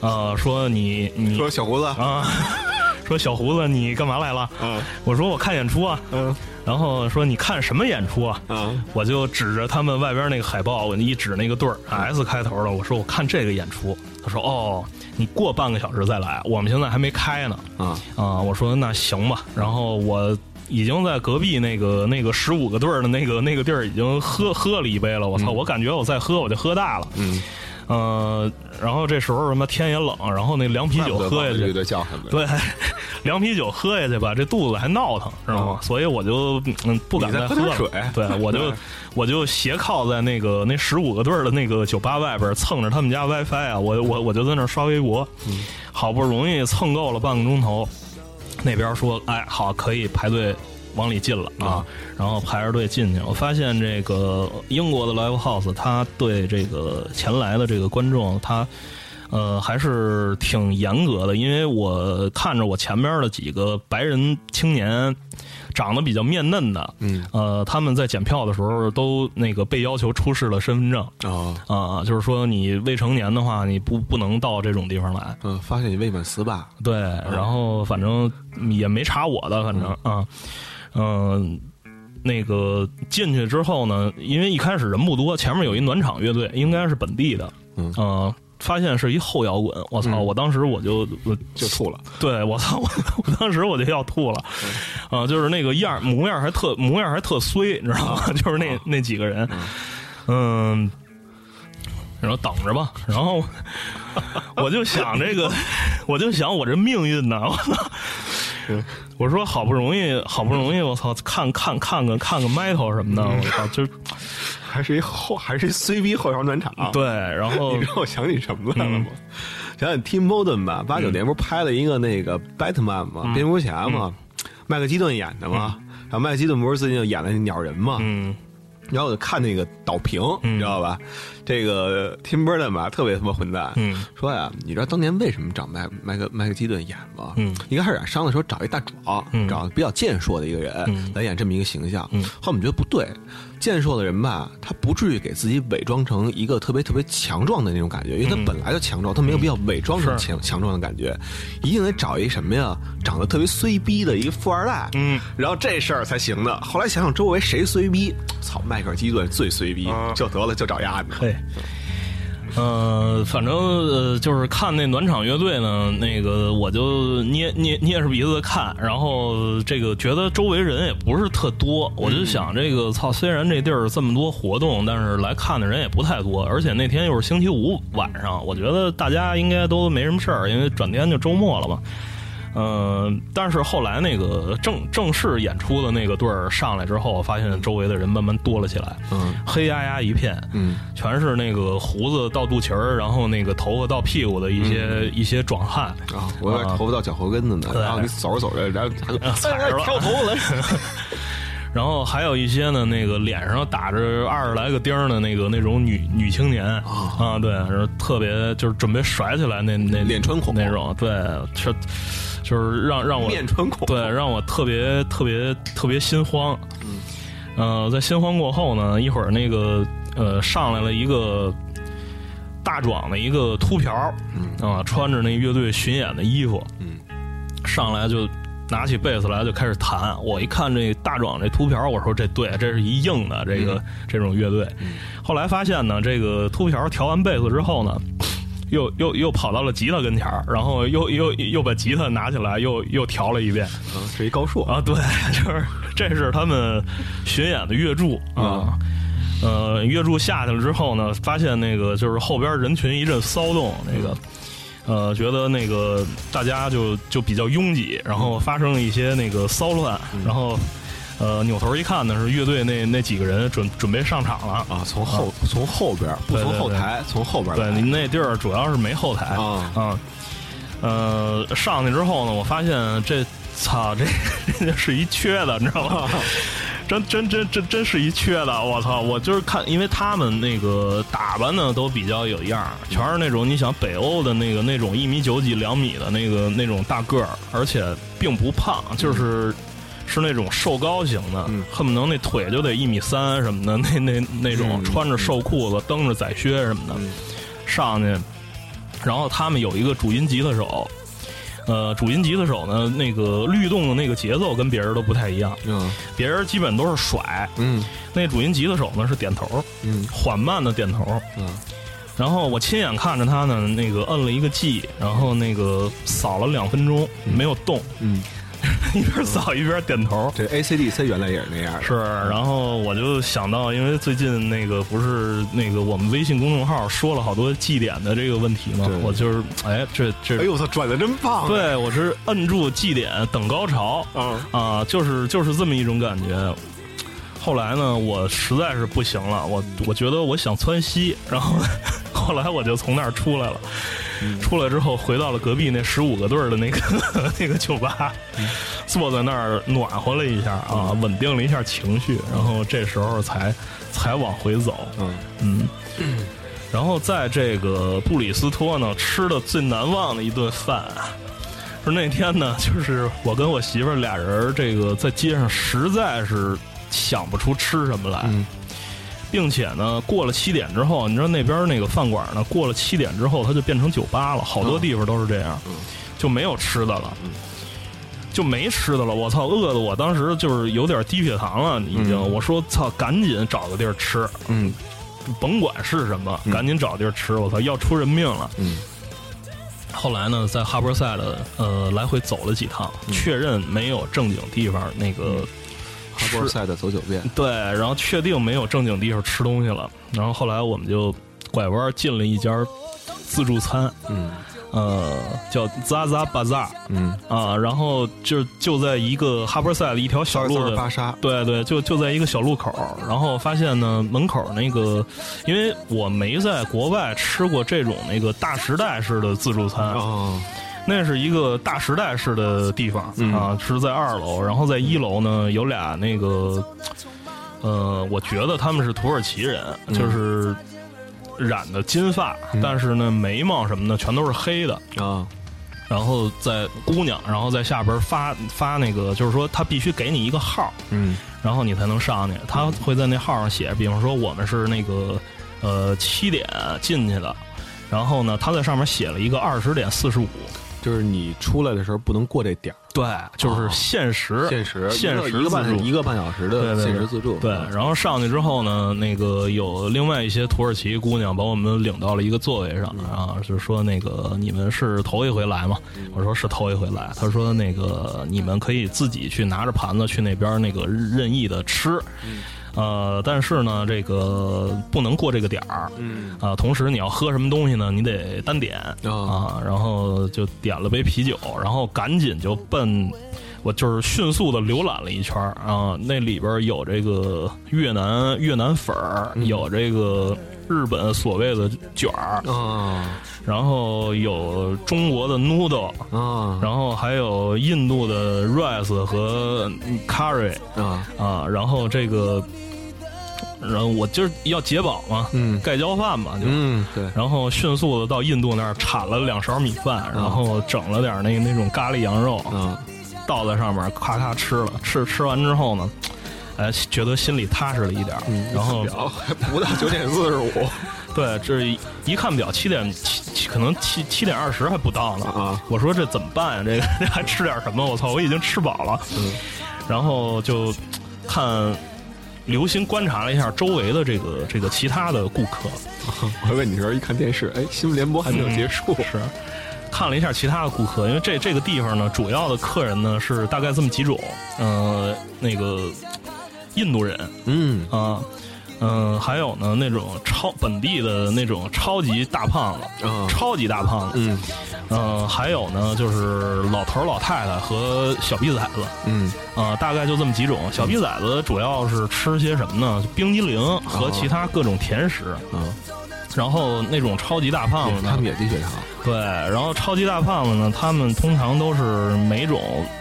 Speaker 3: 呃，说你你
Speaker 2: 嗯说小胡子，
Speaker 3: 啊， 说小胡子你干嘛来了？
Speaker 2: 嗯
Speaker 3: 我说我看演出啊，
Speaker 2: 嗯
Speaker 3: 然后说你看什么演出啊？
Speaker 2: 嗯
Speaker 3: 我就指着他们外边那个海报，我一指那个队儿 S 开头的，我说我看这个演出。他说哦，你过半个小时再来，啊我们现在还没开呢。
Speaker 2: 啊，
Speaker 3: 啊，我说那行吧，然后我。已经在隔壁那个那个十五个队儿的那个那个地儿已经喝喝了一杯了，我操！我感觉我再喝我就喝大了，
Speaker 2: 嗯，
Speaker 3: 呃，然后这时候什么天也冷，然后那
Speaker 2: 嗯
Speaker 3: 凉啤酒喝下去
Speaker 2: 乐，队叫什么？
Speaker 3: 对， 凉啤酒喝下去吧，这肚子还闹腾，知道吗？所以我就嗯不敢
Speaker 2: 你
Speaker 3: 再
Speaker 2: 再
Speaker 3: 喝
Speaker 2: 喝点
Speaker 3: 了
Speaker 2: 水
Speaker 3: 对，我就我就斜靠在那个那十五个队儿的那个酒吧外边，蹭着他们家 WiFi 啊，我我我就在那儿刷微博，好不容易蹭够了半个钟头，那边说哎好可以排队。往里进了啊，然后排着队进去，我发现这个英国的 live house，他对这个前来的这个观众，他呃，还是挺严格的，因为我看着我前面的几个白人青年长得比较面嫩的，
Speaker 2: 嗯，
Speaker 3: 呃，他们在检票的时候都那个被要求出示了身份证
Speaker 2: 啊，
Speaker 3: 啊、就是说你未成年的话，你不不能到这种地方来。
Speaker 2: 嗯，发现你未满十八，
Speaker 3: 对，然后反正也没查我的，反正啊，嗯、那个进去之后呢，因为一开始人不多，前面有一暖场乐队，应该是本地的，
Speaker 2: 嗯
Speaker 3: 呃发现是一后摇滚，我操！
Speaker 2: 嗯
Speaker 3: 我当时我就我
Speaker 2: 就吐了。
Speaker 3: 对我操！我我当时我就要吐了，啊、就是那个样儿模样儿还特模样儿还特衰，你知道吗？就是那那几个人，嗯，然后等着吧，然后我就想这个， 我就想我这命运呐，我操！ 我说好不容易，好不容易，我操，看看看个看个 metal 什么的，我操，就是
Speaker 2: 还是一后，还是一 C B 后摇暖场。
Speaker 3: 对，，然后
Speaker 2: 啊你知道我想起什么来了吗？嗯想起 Tim Burton 吧，八九年不是拍了一个那个 Batman 嘛，蝙蝠侠嘛，麦克基顿演的嘛，然后麦克基顿不是最近就演了那鸟人嘛，
Speaker 3: 嗯
Speaker 2: 然后我就看那个导评，你知道吧？这个 Tim Burton 吧，特别他妈混蛋。
Speaker 3: 嗯，
Speaker 2: 说呀，你知道当年为什么找麦麦克麦克基顿演吗？
Speaker 3: 嗯，
Speaker 2: 一开始啊商量说找一大壮，找比较健硕的一个人、
Speaker 3: 嗯
Speaker 2: 来演这么一个形象。嗯，后来我们觉得不对，健硕的人吧，他不至于给自己伪装成一个特别特别强壮的那种感觉，因为他本来就强壮，他没有必要伪装成
Speaker 3: 嗯是
Speaker 2: 强、强壮的感觉，一定得找一什么呀，长得特别衰逼的一个富二代。
Speaker 3: 嗯。
Speaker 2: 然后这事儿才行的。后来想想周围谁随逼，操，迈克尔基顿最随逼，
Speaker 3: 嗯
Speaker 2: 就得了，就找丫的。
Speaker 3: 对，呃，反正呃，就是看那暖场乐队呢，那个我就捏捏捏着鼻子看，然后这个觉得周围人也不是特多，我就想这个操，虽然这地儿这么多活动，但是来看的人也不太多，而且那天又是星期五晚上，我觉得大家应该都没什么事儿，因为转天就周末了嘛。呃，但是后来那个正正式演出的那个队儿上来之后，发现周围的人慢慢多了起来，
Speaker 2: 嗯，
Speaker 3: 黑压压一片，
Speaker 2: 嗯，
Speaker 3: 全是那个胡子到肚脐儿，然后那个头发到屁股的一些、一些壮汉，
Speaker 2: 嗯啊，我有点头发到脚后跟子呢，
Speaker 3: 对
Speaker 2: 然后你走着走着，然后哎
Speaker 3: 踩着了
Speaker 2: 跳头发了，
Speaker 3: 然后还有一些呢，那个脸上打着二十来个钉儿的那个那种女女青年啊、对，然后特别就是准备甩起来那那
Speaker 2: 脸穿孔
Speaker 3: 那种，对，是就是让让我
Speaker 2: 面穿孔，
Speaker 3: 对让我特别特别特别心慌。嗯，呃，在心慌过后呢，一会儿那个呃上来了一个大壮的一个秃瓢儿，啊、穿着那乐队巡演的衣服，
Speaker 2: 嗯，
Speaker 3: 上来就拿起贝斯来就开始弹。我一看这大壮这秃瓢儿，我说这对，这是一硬的这个、
Speaker 2: 嗯
Speaker 3: 这种乐队。后来发现呢，这个秃瓢儿调完贝斯之后呢。又又又跑到了吉他跟前儿，然后又又又把吉他拿起来，又又调了一遍
Speaker 2: 嗯，是一高硕，
Speaker 3: 啊！对， 就是这是他们巡演的乐柱啊。呃，乐柱下去了之后呢，发现那个就是后边人群一阵骚动，那个呃，觉得那个大家就就比较拥挤，然后发生了一些那个骚乱，然后呃扭头一看呢，是乐队那那几个人准准备上场了。
Speaker 2: 啊，从后从后边儿，不
Speaker 3: 对
Speaker 2: 从
Speaker 3: 对
Speaker 2: 后
Speaker 3: 对
Speaker 2: 台，从后边
Speaker 3: 对，
Speaker 2: 来
Speaker 3: 您那地儿主要是没后台
Speaker 2: 啊
Speaker 3: 啊呃，上去之后呢，我发现这操这这就是一缺的，你知道吗？ 真真真真真是一缺的，我操！我就是看，因为他们那个打扮呢都比较有样儿，全是那种你想北欧的那个那种一米九几、两米的那个那种大个儿，而且并不胖，就是是那种瘦高型的，
Speaker 2: 嗯
Speaker 3: 恨不得那腿就得一米三什么的，那那那种
Speaker 2: 嗯
Speaker 3: 穿着瘦裤子、蹬着窄靴什么的，
Speaker 2: 嗯
Speaker 3: 上去，然后他们有一个主音吉他手，呃，主音吉他手呢，那个律动的那个节奏跟别人都不太一样，
Speaker 2: 嗯
Speaker 3: 别人基本都是甩，
Speaker 2: 嗯
Speaker 3: 那主音吉他手呢是点头，
Speaker 2: 嗯
Speaker 3: 缓慢的点头，
Speaker 2: 嗯
Speaker 3: 然后我亲眼看着他呢，那个摁了一个 G，然后那个扫了两分钟没有动，
Speaker 2: 嗯，
Speaker 3: 一边扫一边点头。
Speaker 2: 这 ACDC 原来也是那样的，
Speaker 3: 是，然后我就想到，因为最近那个不是那个我们微信公众号说了好多祭点的这个问题嘛
Speaker 2: 对，
Speaker 3: 我就是哎，这这
Speaker 2: 哎呦我操，转的真棒啊，
Speaker 3: 对，我是摁住祭点等高潮
Speaker 2: 啊，
Speaker 3: 啊，就是就是这么一种感觉。后来呢，我实在是不行了，我我觉得我想窜稀，然后后来我就从那儿出来了。 出来之后，回到了隔壁那十五个队儿的那个 那个酒吧，坐在那儿暖和了一下啊，稳定了一下情绪，然后这时候才才往回走。
Speaker 2: 嗯
Speaker 3: 然后在这个布里斯托呢，吃的最难忘的一顿饭啊，是那天呢，就是我跟我媳妇儿俩人儿这个在街上实在是想不出吃什么来，
Speaker 2: 嗯
Speaker 3: 并且呢，过了七点之后，你知道那边那个饭馆呢，过了七点之后它就变成酒吧了，好多地方都是这样，就没有吃的了。就没吃的了，我操，饿的我当时就是有点低血糖了，已经。我说操，赶紧找个地儿吃，
Speaker 2: 嗯
Speaker 3: 甭管是什么，赶紧找地儿吃，我操，要出人命了。
Speaker 2: 嗯
Speaker 3: 后来呢，在哈珀赛的呃来回走了几趟，
Speaker 2: 嗯
Speaker 3: 确认没有正经地方那个
Speaker 2: 哈
Speaker 3: 吃
Speaker 2: 波赛的走九遍，
Speaker 3: 对，然后确定没有正经地方吃东西了，然后后来我们就拐弯进了一家自助餐，
Speaker 2: 嗯
Speaker 3: 呃，叫 Zaza Bazaar
Speaker 2: 嗯，
Speaker 3: 啊，然后就就在一个哈珀赛的一条小
Speaker 2: 小
Speaker 3: 路
Speaker 2: 路
Speaker 3: 的
Speaker 2: 巴沙，
Speaker 3: 对对，就就在一个小路口儿，然后发现呢，门口儿那个，因为我没在国外吃过这种那个大时代式的自助餐，
Speaker 2: 哦，
Speaker 3: 那是一个大时代式的地方、
Speaker 2: 嗯
Speaker 3: 啊，是在二楼，然后在一楼呢有俩那个，呃，我觉得他们是土耳其人，
Speaker 2: 嗯
Speaker 3: 就是染的金发，但是呢眉毛什么的全都是黑的，
Speaker 2: 啊，
Speaker 3: 然后在姑娘，然后在下边儿发发那个，就是说他必须给你一个号儿。
Speaker 2: 嗯
Speaker 3: 然后你才能上去。他会在那号上写，比方说我们是那个呃七点进去的，然后呢，他在上面写了一个二十点四十五。
Speaker 2: 就是你出来的时候不能过这点儿，
Speaker 3: 对，就是限时，
Speaker 2: 哦限时
Speaker 3: 限
Speaker 2: 一个
Speaker 3: 时
Speaker 2: 一个
Speaker 3: 自助
Speaker 2: 半一个半小时
Speaker 3: 对
Speaker 2: 的
Speaker 3: 对
Speaker 2: 限
Speaker 3: 对
Speaker 2: 时自助，啊嗯
Speaker 3: 对，然后上去之后呢，那个有另外一些土耳其姑娘把我们领到了一个座位上，
Speaker 2: 嗯
Speaker 3: 啊，就说那个你们是头一回来吗？
Speaker 2: 嗯
Speaker 3: 我说是头一回来。她说
Speaker 2: 嗯
Speaker 3: 那个你们可以自己去拿着盘子去那边那个任意的吃。呃，但是呢，这个不能过这个点儿，
Speaker 2: 嗯
Speaker 3: 啊，同时你要喝什么东西呢？你得单点、
Speaker 2: 啊
Speaker 3: 啊，然后就点了杯啤酒，然后赶紧就奔，我就是迅速的浏览了一圈儿啊，那里边儿有这个越南越南粉儿，有这个日本所谓的卷儿，
Speaker 2: 啊
Speaker 3: 然后有中国的 noodle，
Speaker 2: 啊
Speaker 3: 然后还有印度的 rice 和 curry
Speaker 2: 啊
Speaker 3: 啊，然后这个，然后我就是要解饱嘛，
Speaker 2: 嗯
Speaker 3: 盖浇饭嘛，就。
Speaker 2: 嗯对
Speaker 3: 然后迅速的到印度那儿铲了两勺米饭，
Speaker 2: 嗯
Speaker 3: 然后整了点那个那种咖喱羊肉，
Speaker 2: 啊
Speaker 3: 倒在上面，咔咔吃了。吃吃完之后呢，哎，觉得心里踏实了一点儿。然后
Speaker 2: 嗯表还哦不到九点四十五
Speaker 3: 对，这一一看表，七点七七，可能七七点二十还不到呢。
Speaker 2: 啊，
Speaker 3: 我说这怎么办呀、这个这还吃点什么？我操，我已经吃饱了。
Speaker 2: 嗯
Speaker 3: 然后就看，留心观察了一下周围的这个这个其他的顾客，
Speaker 2: 我还问你说一看电视，哎，新闻联播还没有结束，
Speaker 3: 是看了一下其他的顾客，因为这这个地方呢，主要的客人呢是大概这么几种，呃，那个印度人
Speaker 2: 嗯
Speaker 3: 啊，嗯、还有呢那种超本地的那种超级大胖子，
Speaker 2: 啊
Speaker 3: 超级大胖子，
Speaker 2: 嗯
Speaker 3: 嗯、还有呢就是老头儿老太太和小逼崽子。
Speaker 2: 嗯
Speaker 3: 啊、大概就这么几种。小逼崽子主要是吃些什么呢？冰激凌和其他各种甜食。
Speaker 2: 啊，
Speaker 3: 然后那种超级大胖子呢，
Speaker 2: 哦他们也低血糖
Speaker 3: 对，然后超级大胖子呢，他们通常都是每种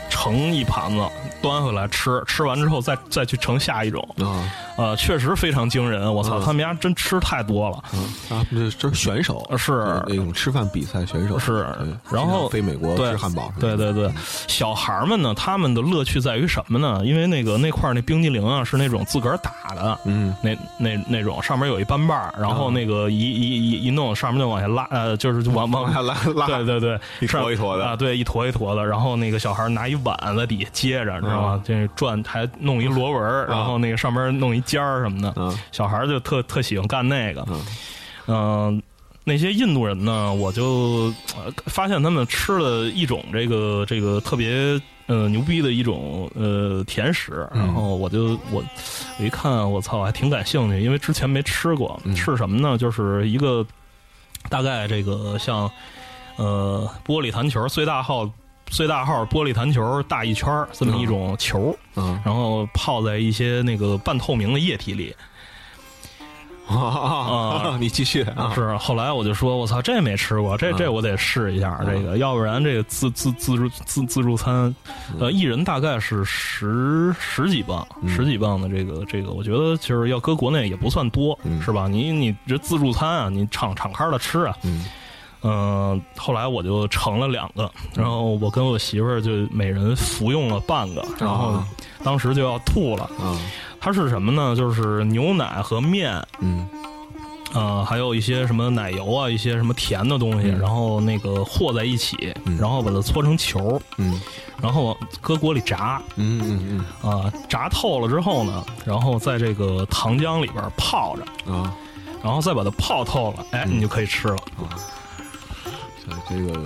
Speaker 3: 盛一盘子端回来吃，吃完之后再再去盛下一种。
Speaker 2: 啊
Speaker 3: 呃，确实非常惊人，我操，
Speaker 2: 嗯
Speaker 3: 他们家真吃太多了。
Speaker 2: 啊啊，不是这是选手
Speaker 3: 是
Speaker 2: 那种吃饭比赛选手
Speaker 3: 是
Speaker 2: 嗯
Speaker 3: 然后
Speaker 2: 经常飞美国
Speaker 3: 对
Speaker 2: 吃汉堡什么的，
Speaker 3: 对对对，小孩儿们呢，他们的乐趣在于什么呢？因为那个那块儿那冰激凌啊，是那种自个儿打的，
Speaker 2: 嗯
Speaker 3: 那那那种上面有一扳把儿，然后
Speaker 2: 啊
Speaker 3: 那个一一一一弄，上面就往下拉，呃，就是就往往
Speaker 2: 往下拉拉
Speaker 3: 对对对，
Speaker 2: 一坨一坨的
Speaker 3: 上啊，对，一坨一坨的。然后那个小孩拿一碗在底下接着，你知道
Speaker 2: 嗯
Speaker 3: 吗？这转还弄一螺纹儿，然后那个上边弄一尖儿什么的。
Speaker 2: 嗯
Speaker 3: 小孩就特特喜欢干那个。
Speaker 2: 嗯
Speaker 3: 嗯、那些印度人呢，我就、呃发现他们吃了一种这个这个特别。呃，牛逼的一种呃甜食，然后我就我我一看，我操，还挺感兴趣，因为之前没吃过。
Speaker 2: 嗯
Speaker 3: 是什么呢？就是一个大概这个像呃玻璃弹球最大号最大号玻璃弹球大一圈儿这么一种球，
Speaker 2: 嗯
Speaker 3: 然后泡在一些那个半透明的液体里。
Speaker 2: 啊，你继续啊，
Speaker 3: 是，后来我就说，我操，这没吃过，这这我得试一
Speaker 2: 啊
Speaker 3: 下，这个，要不然这个自自自助自自助餐，
Speaker 2: 嗯
Speaker 3: 呃，一人大概是十十几磅，十几磅的这个这个，我觉得就是要搁国内也不算多，
Speaker 2: 嗯
Speaker 3: 是吧？你你这自助餐啊，你敞敞开的吃啊，
Speaker 2: 嗯
Speaker 3: 嗯，后来我就盛了两个，
Speaker 2: 嗯
Speaker 3: 然后我跟我媳妇儿就每人服用了半个，然后
Speaker 2: 啊
Speaker 3: 当时就要吐了。
Speaker 2: 啊
Speaker 3: 它是什么呢？就是牛奶和面，
Speaker 2: 嗯
Speaker 3: 呃，还有一些什么奶油啊，一些什么甜的东西，然后那个和在一起，
Speaker 2: 嗯
Speaker 3: 然后把它搓成球，
Speaker 2: 嗯
Speaker 3: 然后搁锅里炸，
Speaker 2: 嗯嗯
Speaker 3: 啊、炸透了之后呢，然后在这个糖浆里边泡着，
Speaker 2: 嗯啊。
Speaker 3: 然后再把它泡透了，哎，你就可以吃了。
Speaker 2: 像呃这个，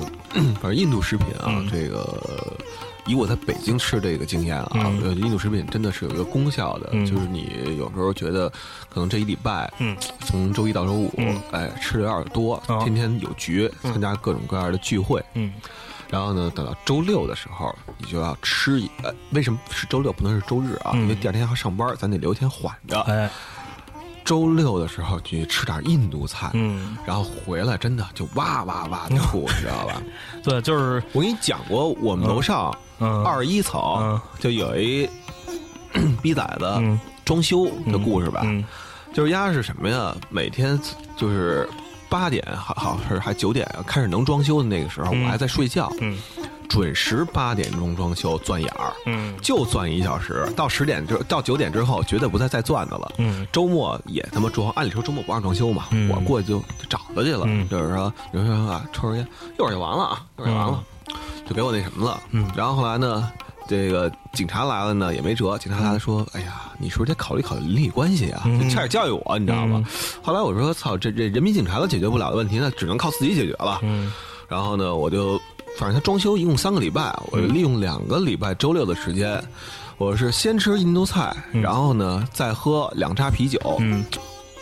Speaker 2: 反正印度食品啊，
Speaker 3: 嗯
Speaker 2: 这个以我在北京吃这个经验啊，
Speaker 3: 嗯
Speaker 2: 我觉得印度食品真的是有一个功效的，
Speaker 3: 嗯
Speaker 2: 就是你有时候觉得可能这一礼拜，
Speaker 3: 嗯
Speaker 2: 从周一到周五，
Speaker 3: 嗯
Speaker 2: 哎，吃的有点多，
Speaker 3: 啊
Speaker 2: 天天有局，参加各种各样的聚会，
Speaker 3: 嗯
Speaker 2: 然后呢，等到周六的时候，你就要吃一，呃，为什么是周六不能是周日啊？
Speaker 3: 嗯
Speaker 2: 因为第二天还要上班，咱得留一天缓着。
Speaker 3: 哎，
Speaker 2: 周六的时候去吃点印度菜。
Speaker 3: 嗯，
Speaker 2: 然后回来真的就哇哇哇地吐，你知道吧？
Speaker 3: 嗯对，就是
Speaker 2: 我跟你讲过，我们楼上
Speaker 3: 嗯，
Speaker 2: 二十一层、
Speaker 3: 嗯
Speaker 2: 就有一 逼崽子
Speaker 3: 嗯
Speaker 2: 装修的故事吧，
Speaker 3: 嗯
Speaker 2: 就是丫是什么呀？每天就是八点，好好是还九点开始能装修的那个时候，
Speaker 3: 嗯
Speaker 2: 我还在睡觉，
Speaker 3: 嗯
Speaker 2: 准时八点钟装修，钻眼儿。
Speaker 3: 嗯
Speaker 2: 就钻一小时，到十点就到九点之后，绝对不再再钻的了。
Speaker 3: 嗯
Speaker 2: 周末也他妈装，按理说周末不让装修嘛，
Speaker 3: 嗯
Speaker 2: 我过去就找他去了，
Speaker 3: 嗯
Speaker 2: 就是说，你说啊，抽根烟，一会儿就完了啊，一会儿就完了，就给我那什么了。
Speaker 3: 嗯
Speaker 2: 然后后来呢，这个警察来了呢，也没辙，警察来了说，哎呀，你是不是得考虑考虑邻里关系啊？
Speaker 3: 嗯
Speaker 2: 就差点教育我，你知道吗？后来我说，操，这这人民警察都解决不了的问题，那只能靠自己解决了。
Speaker 3: 嗯
Speaker 2: 然后呢，我就反正它装修一共三个礼拜，我利用两个礼拜周六的时间，我是先吃印度菜，然后呢再喝两扎啤酒，
Speaker 3: 嗯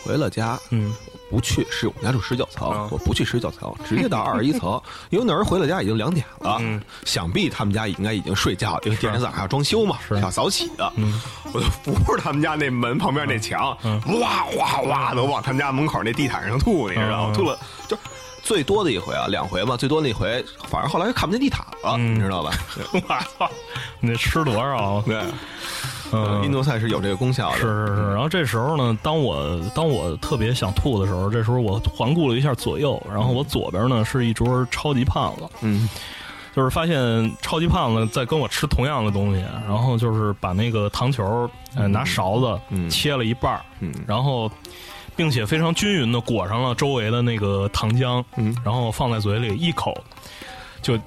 Speaker 2: 回了家，
Speaker 3: 嗯
Speaker 2: 不去是我们家住十九层，
Speaker 3: 啊
Speaker 2: 我不去十九层，直接到二十一 层，因为那人回了家已经两点了，
Speaker 3: 嗯
Speaker 2: 想必他们家应该已经睡觉了，因为第二天早上还要装修嘛，要早起的，
Speaker 3: 嗯
Speaker 2: 我就扶着他们家那门旁边那墙，哇哇哇的往他们家门口那地毯上吐，你知道吗？
Speaker 3: 嗯
Speaker 2: 吐了就。最多的一回啊，两回吧，最多那回，反正后来就看不见地毯了，
Speaker 3: 嗯
Speaker 2: 你知道 吧？
Speaker 3: 我操，你得吃多少 啊？
Speaker 2: 对，
Speaker 3: 嗯
Speaker 2: 印度菜是有这个功效的，
Speaker 3: 是是是，然后这时候呢，当我当我特别想吐的时候，这时候我环顾了一下左右，然后我左边呢是一桌超级胖子，
Speaker 2: 嗯，
Speaker 3: 就是发现超级胖子在跟我吃同样的东西，然后就是把那个糖球，呃，拿勺子
Speaker 2: 嗯
Speaker 3: 切了一半儿，
Speaker 2: 嗯
Speaker 3: 然后并且非常均匀的裹上了周围的那个糖浆，
Speaker 2: 嗯
Speaker 3: 然后放在嘴里一口就。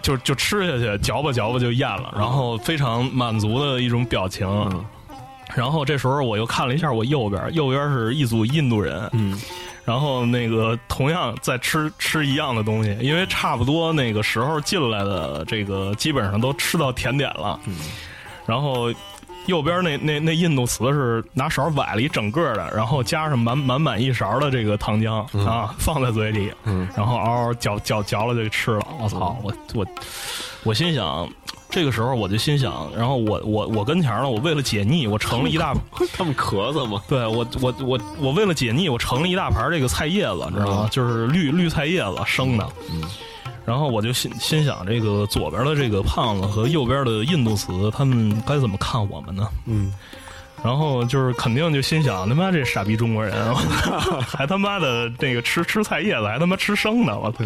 Speaker 3: 就就吃下去，嚼吧嚼吧就咽了，然后非常满足的一种表情。
Speaker 2: 嗯
Speaker 3: 然后这时候我又看了一下我右边，右边是一组印度人，
Speaker 2: 嗯，
Speaker 3: 然后那个同样在吃吃一样的东西，因为差不多那个时候进来的这个基本上都吃到甜点了，
Speaker 2: 嗯
Speaker 3: 然后。右边那那那印度瓷是拿勺崴了一整个的，然后加上满满满一勺的这个糖浆、啊，放在嘴里，
Speaker 2: 嗯
Speaker 3: 然后嗷嗷嚼嚼嚼了就吃了。我操！我我我心想，这个时候我就心想，然后我我我跟前儿了，我为了解腻，我盛了 一大
Speaker 2: 他们咳嗽吗？
Speaker 3: 对我，我我我为了解腻，我盛了一大盘这个菜叶子，你知
Speaker 2: 嗯
Speaker 3: 道吗？就是绿绿菜叶子生的。然后我就心心想，这个左边的这个胖子和右边的印度词，他们该怎么看我们呢？
Speaker 2: 嗯，
Speaker 3: 然后就是肯定就心想，他妈这傻逼中国人，啊 还他妈的那个吃吃菜叶子，还他妈吃生的，我操！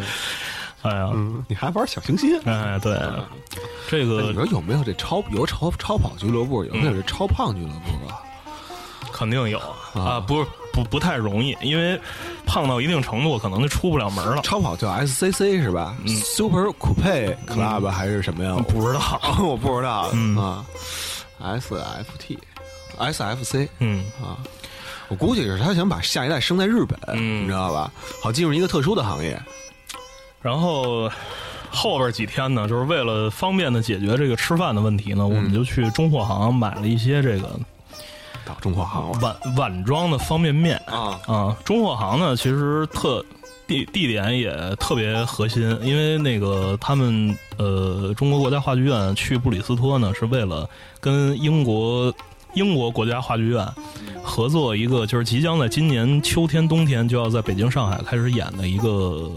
Speaker 3: 哎呀，
Speaker 2: 嗯，你还玩小清新？
Speaker 3: 哎对，这
Speaker 2: 你
Speaker 3: 个
Speaker 2: 说有没有这超有超超跑俱乐部，有没有这超胖俱乐部啊？
Speaker 3: 肯定有啊，不是不不太容易，因为胖到一定程度，可能就出不了门了。
Speaker 2: 超跑叫 SCC 是吧？Super
Speaker 3: 嗯
Speaker 2: Coupe Club 还是什么呀？
Speaker 3: 不知道，
Speaker 2: 我不知道
Speaker 3: 嗯
Speaker 2: 啊。SFT、SFC
Speaker 3: 嗯。
Speaker 2: 啊，我估计是他想把下一代生在日本，
Speaker 3: 嗯
Speaker 2: 你知道吧？好进入一个特殊的行业。
Speaker 3: 然后后边几天呢，就是为了方便的解决这个吃饭的问题呢，我们就去中货行买了一些这个
Speaker 2: 到中国行了
Speaker 3: 碗碗装的方便面
Speaker 2: 啊，
Speaker 3: 啊。中货行呢，其实特地地点也特别核心，因为那个他们呃，中国国家话剧院去布里斯托呢，是为了跟英国。英国国家话剧院合作一个，就是即将在今年秋天、冬天就要在北京、上海开始演的一个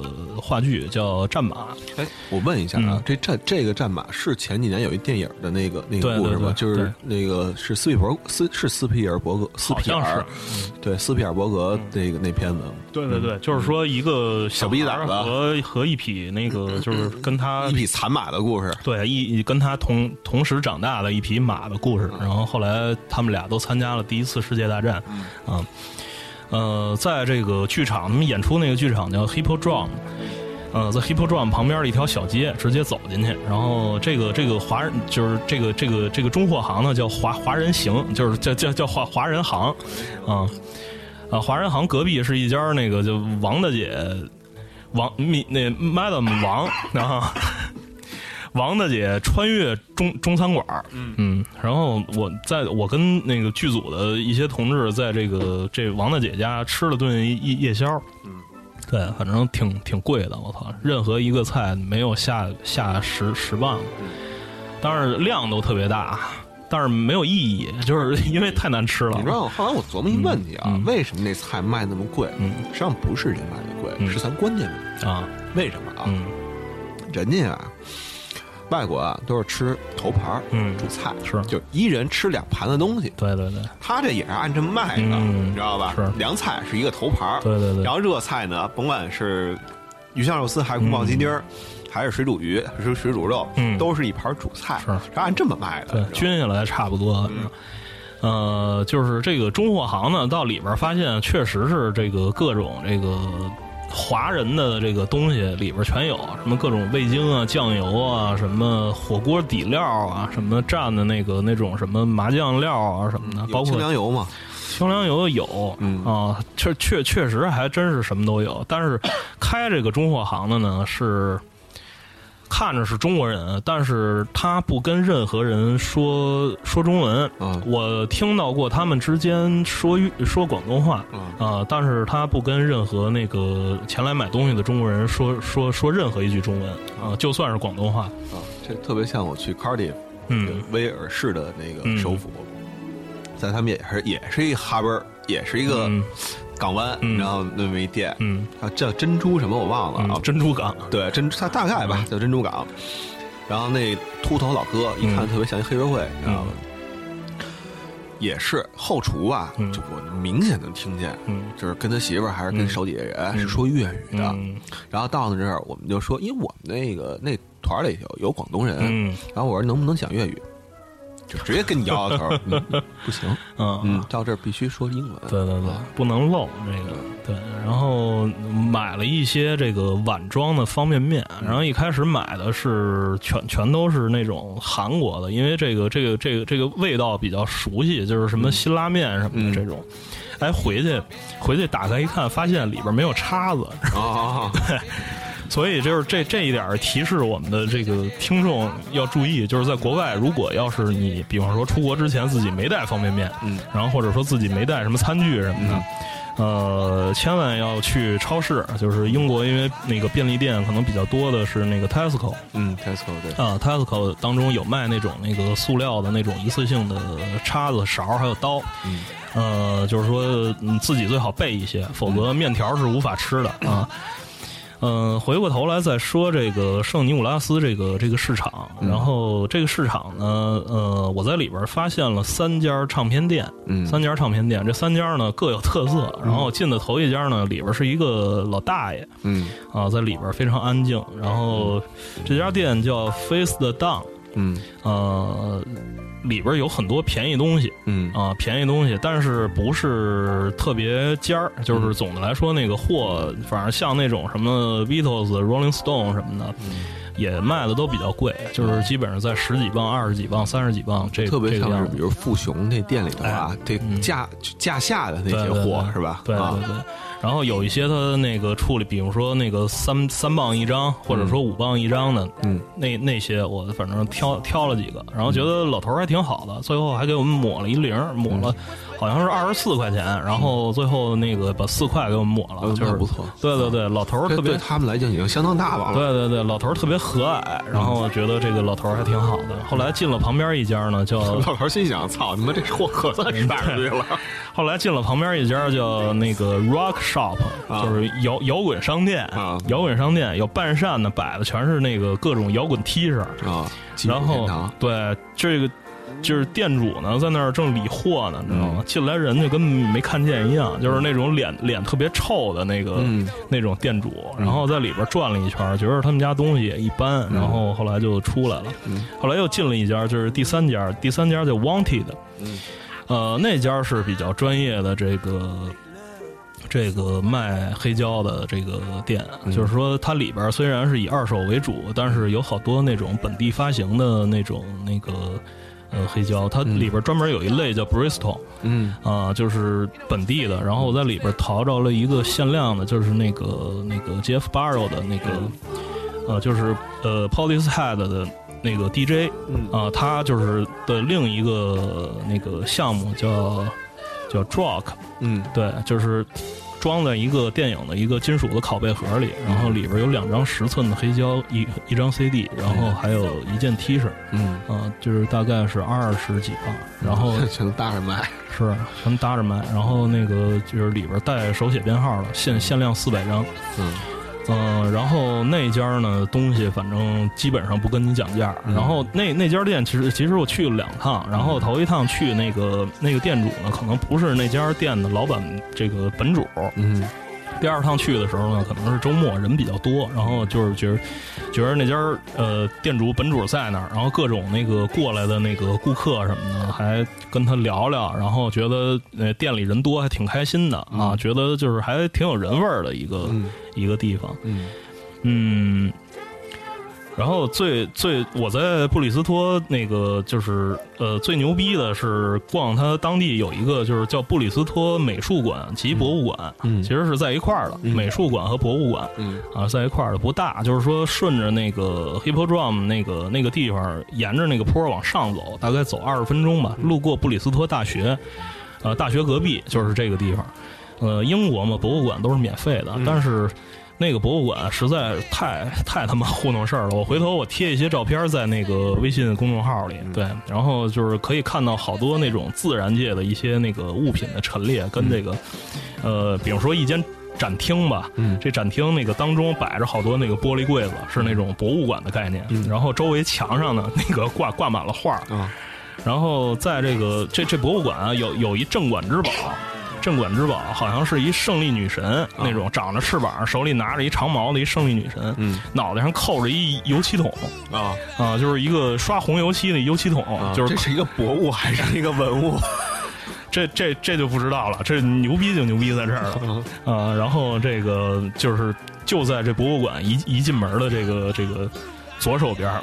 Speaker 3: 话剧，叫《战马》。
Speaker 2: 哎，我问一下啊
Speaker 3: 嗯，
Speaker 2: 这战这个战马是前几年有一电影的那个那
Speaker 3: 对
Speaker 2: 个故事
Speaker 3: 对
Speaker 2: 吗
Speaker 3: 对？
Speaker 2: 就是
Speaker 3: 对
Speaker 2: 那个是斯皮伯斯是斯皮尔伯格斯皮
Speaker 3: 好像
Speaker 2: 尔
Speaker 3: 是，嗯
Speaker 2: 对斯皮尔伯格那个那篇文，
Speaker 3: 对对对，就是说一个
Speaker 2: 小
Speaker 3: 小
Speaker 2: 逼
Speaker 3: 孩
Speaker 2: 崽
Speaker 3: 儿
Speaker 2: 子
Speaker 3: 和和一匹那个就是跟他
Speaker 2: 一匹残马的故事。
Speaker 3: 对一跟他同同时长大的一匹马的故事，然后后来他们俩都参加了第一次世界大战，啊，呃，在这个剧场，他们演出那个剧场叫 Hippodrome。呃，在 Hippodrome 旁边的一条小街，直接走进去。然后这个这个华人就是这个这个这个中货行呢，叫华华人行，就是叫叫叫华华人行，啊啊，华人行隔壁是一家那个叫王大姐，王米那 Madam 王啊，王大姐穿越中中餐馆儿，嗯，然后我在我跟那个剧组的一些同志在这个这王大姐家吃了顿夜夜宵，嗯，对，反正挺挺贵的，我操，任何一个菜没有下下十十磅，
Speaker 2: 嗯
Speaker 3: 但是量都特别大，但是没有意义，就是因为太难吃了。
Speaker 2: 你知道，后来我琢磨一问题啊，为什么那菜卖那么贵？
Speaker 3: 嗯
Speaker 2: 实际上不是人卖的贵，
Speaker 3: 嗯
Speaker 2: 是咱观念问题。
Speaker 3: 啊，
Speaker 2: 为什么啊？
Speaker 3: 嗯
Speaker 2: 人家啊，外国啊都是吃头盘儿，
Speaker 3: 嗯
Speaker 2: 主菜
Speaker 3: 是
Speaker 2: 就一人吃两盘子东西。
Speaker 3: 对对对，
Speaker 2: 他这也是按这么卖的，
Speaker 3: 嗯
Speaker 2: 你知道吧？
Speaker 3: 是
Speaker 2: 凉菜是一个头盘儿，
Speaker 3: 对对对
Speaker 2: 然后热菜呢，甭管是鱼香肉丝、还是宫保鸡丁儿，还是水煮鱼、水水煮肉，
Speaker 3: 嗯
Speaker 2: 都是一盘主菜，
Speaker 3: 是
Speaker 2: 是按这么卖的。
Speaker 3: 对
Speaker 2: 你，知道吗
Speaker 3: 均下来差不多。
Speaker 2: 嗯
Speaker 3: 呃，就是这个中货行呢，到里边发现确实是这个各种这个华人的这个东西里边全有，什么各种味精啊、酱油啊，什么火锅底料啊，什么蘸的那个那种什么麻酱料啊什么的，
Speaker 2: 有
Speaker 3: 包括
Speaker 2: 清凉油嘛，
Speaker 3: 清凉油有，
Speaker 2: 嗯
Speaker 3: 啊，确确确实还真是什么都有。但是开这个中货行的呢，是看着是中国人，但是他不跟任何人说说中文。
Speaker 2: 啊
Speaker 3: 我听到过他们之间说粤说广东话，
Speaker 2: 啊
Speaker 3: 啊、但是他不跟任何那个前来买东西的中国人说说说任何一句中文
Speaker 2: 嗯
Speaker 3: 啊、就算是广东话，
Speaker 2: 啊！这特别像我去 Cardiff，
Speaker 3: 嗯，
Speaker 2: 威尔士的那
Speaker 3: 嗯
Speaker 2: 个首府，在他们也是也是一哈边儿，也是一个
Speaker 3: 嗯
Speaker 2: 港湾，
Speaker 3: 嗯
Speaker 2: 然后那么一店，
Speaker 3: 嗯
Speaker 2: 啊，叫珍珠什么我忘了啊
Speaker 3: 嗯，，珍珠嗯港，
Speaker 2: 对，珍它大概吧，叫珍珠港。然后那秃头老哥一看
Speaker 3: 嗯
Speaker 2: 特别像一黑社会，你知道吗？也是后厨啊，
Speaker 3: 嗯
Speaker 2: 就我明显能听见，
Speaker 3: 嗯
Speaker 2: 就是跟他媳妇儿还是跟手底下人是说粤语的。
Speaker 3: 嗯
Speaker 2: 然后到那这儿，我们就说，因为我们那个那团儿里头有广东人，
Speaker 3: 嗯
Speaker 2: 然后我说能不能讲粤语，就直接跟你摇摇头 儿，嗯不行，
Speaker 3: 嗯
Speaker 2: 嗯，到这儿必须说英文。
Speaker 3: 对对对
Speaker 2: 啊，
Speaker 3: 不能漏这个。对，然后买了一些这个碗装的方便面，
Speaker 2: 嗯
Speaker 3: 然后一开始买的是全全都是那种韩国的，因为这个这个这个这个味道比较熟悉，就是什么辛拉面什么的
Speaker 2: 嗯
Speaker 3: 这种。哎，回去回去打开一看，发现里边没有叉子，
Speaker 2: 啊，
Speaker 3: 所以就是这这一点儿提示我们的这个听众要注意，就是在国外，如果要是你比方说出国之前自己没带方便面，
Speaker 2: 嗯，
Speaker 3: 然后或者说自己没带什么餐具什么的。呃，千万要去超市，就是英国，因为那个便利店可能比较多的是那个 Tesco
Speaker 2: 嗯，Tesco 对，
Speaker 3: 啊，Tesco 当中有卖那种那个塑料的那种一次性的叉子、勺还有刀，
Speaker 2: 嗯
Speaker 3: 呃，就是说你自己最好备一些，否则面条是无法吃的啊。嗯、回过头来再说这个圣尼古拉斯这个这个市场，然后这个市场呢，呃，我在里边发现了三家唱片店，
Speaker 2: 嗯
Speaker 3: 三家唱片店，这三家呢各有特色。然后进的头一家呢，里边是一个老大爷
Speaker 2: 嗯
Speaker 3: 啊，在里边非常安静。然后这家店叫 Face the Down，
Speaker 2: 嗯
Speaker 3: 呃，里边有很多便宜东西，
Speaker 2: 嗯
Speaker 3: 啊，便宜东西，但是不是特别尖儿，
Speaker 2: 嗯
Speaker 3: 就是总的来说那个货，反正像那种什么 Beatles、Rolling Stone 什么的，
Speaker 2: 嗯
Speaker 3: 也卖的都比较贵，就是基本上在十几磅、二十几磅、三十几磅这
Speaker 2: 特别
Speaker 3: 这个
Speaker 2: 像
Speaker 3: 样
Speaker 2: 是
Speaker 3: 子哎嗯
Speaker 2: 比如富雄那店里头啊，这架架下的那些
Speaker 3: 对对
Speaker 2: 货
Speaker 3: 对
Speaker 2: 是吧？
Speaker 3: 对
Speaker 2: 啊
Speaker 3: 对对。然后有一些它那个处理，比如说那个三三磅一张，或者说五磅一张的，
Speaker 2: 嗯，
Speaker 3: 那那些我反正挑挑了几个，然后觉得老头儿还挺好的，最后还给我们抹了一零，
Speaker 2: 嗯
Speaker 3: 抹了好像是二十四块钱，然后最后那个把四块给我们抹了，
Speaker 2: 嗯
Speaker 3: 就是
Speaker 2: 那不错
Speaker 3: 对对对，老头儿
Speaker 2: 这
Speaker 3: 特别
Speaker 2: 对他们来讲已经相当大方了。
Speaker 3: 对对对，老头儿特别和蔼，然后觉得这个老头儿还挺好的。后来进了旁边一家呢，叫
Speaker 2: 老头儿心想：“操，你妈这货可算是摆出去了。
Speaker 3: 后来进了旁边一家叫那个 Rock Shop，、
Speaker 2: 啊
Speaker 3: 就是摇摇滚商店。
Speaker 2: 啊
Speaker 3: 摇滚商店有半扇的，摆的全是那个各种摇滚 T 恤。”
Speaker 2: 啊，基
Speaker 3: 然
Speaker 2: 本天
Speaker 3: 后
Speaker 2: 堂
Speaker 3: 对这个就是店主呢，在那儿正理货呢，你知道吗？
Speaker 2: 嗯
Speaker 3: 进来人就跟没看见一样，就是那种脸脸特别臭的那个、
Speaker 2: 嗯
Speaker 3: 那种店主，然后在里边转了一圈，觉得他们家东西也一般，
Speaker 2: 嗯
Speaker 3: 然后后来就出来了。后来又进了一家，就是第三家，第三家叫 Wanted，
Speaker 2: 嗯
Speaker 3: 呃，那家是比较专业的这个。这个卖黑胶的这个店，就是说它里边虽然是以二手为主，但是有好多那种本地发行的那种那个呃黑胶，它里边专门有一类叫 Bristol
Speaker 2: 嗯
Speaker 3: 啊、就是本地的。然后我在里边淘着了一个限量的，就是那个那个 Jeff Barrow 的那个呃，就是呃 Policehead 的那个 DJ
Speaker 2: 嗯
Speaker 3: 啊、他就是的另一个那个项目叫叫 Drog。
Speaker 2: 嗯
Speaker 3: 对，就是装在一个电影的一个金属的拷贝盒里，然后里边有两张十寸的黑胶，一一张 CD，然后还有一件 T 恤，
Speaker 2: 嗯，
Speaker 3: 啊、就是大概是二十几磅，然 后
Speaker 2: 全都搭着卖。
Speaker 3: 是全搭着卖，然后那个就是里边带手写编号的，限限量四百张，
Speaker 2: 嗯
Speaker 3: 嗯、然后那家呢东西反正基本上不跟你讲价，
Speaker 2: 嗯
Speaker 3: 然后那那家店其实其实我去了两趟，然后头一趟去那个那个店主呢可能不是那家店的老板这个本主，
Speaker 2: 嗯
Speaker 3: 第二趟去的时候呢，可能是周末人比较多，然后就是觉得觉得那家儿呃店主本主在那儿，然后呃各种那个过来的那个顾客什么的，还跟他聊聊，然后觉得呃店里人多还挺开心的啊，觉得就是还挺有人味儿的一个、
Speaker 2: 嗯
Speaker 3: 一个地方，
Speaker 2: 嗯
Speaker 3: 嗯。然后最最我在布里斯托那个就是呃最牛逼的是逛它当地有一个就是叫布里斯托美术馆及博物馆，
Speaker 2: 嗯
Speaker 3: 其实是在一块儿的、美术馆和博物馆，
Speaker 2: 嗯
Speaker 3: 啊在一块儿的不大，就是说顺着那个 Hippodrome 那个那个地方，沿着那个坡往上走，大概走二十分钟吧，路过布里斯托大学，呃大学隔壁就是这个地方，呃英国嘛博物馆都是免费的，但是。那个博物馆实在太太他妈糊弄事儿了。我回头我贴一些照片在那个微信公众号里，对，然后就是可以看到好多那种自然界的一些那个物品的陈列，跟这个，呃，比如说一间。展厅吧，这展厅那个当中摆着好多那个玻璃柜子，是那种博物馆的概念。然后周围墙上呢，那个挂挂满了画儿，
Speaker 2: 啊，
Speaker 3: 然后在这个这这博物馆啊，有有一镇馆之宝，镇馆之宝好像是一胜利女神
Speaker 2: 啊
Speaker 3: 那种，长着翅膀，手里拿着一长矛的一胜利女神，
Speaker 2: 嗯
Speaker 3: 脑袋上扣着一油漆桶
Speaker 2: 啊，
Speaker 3: 啊、就是一个刷红油漆的油漆桶，就
Speaker 2: 这
Speaker 3: 是
Speaker 2: 是一个博物还是一个文物？
Speaker 3: 这这这就不知道了，这牛逼就牛逼在这儿了啊、然后这个就是就在这博物馆一一进门的这个这个左手边儿，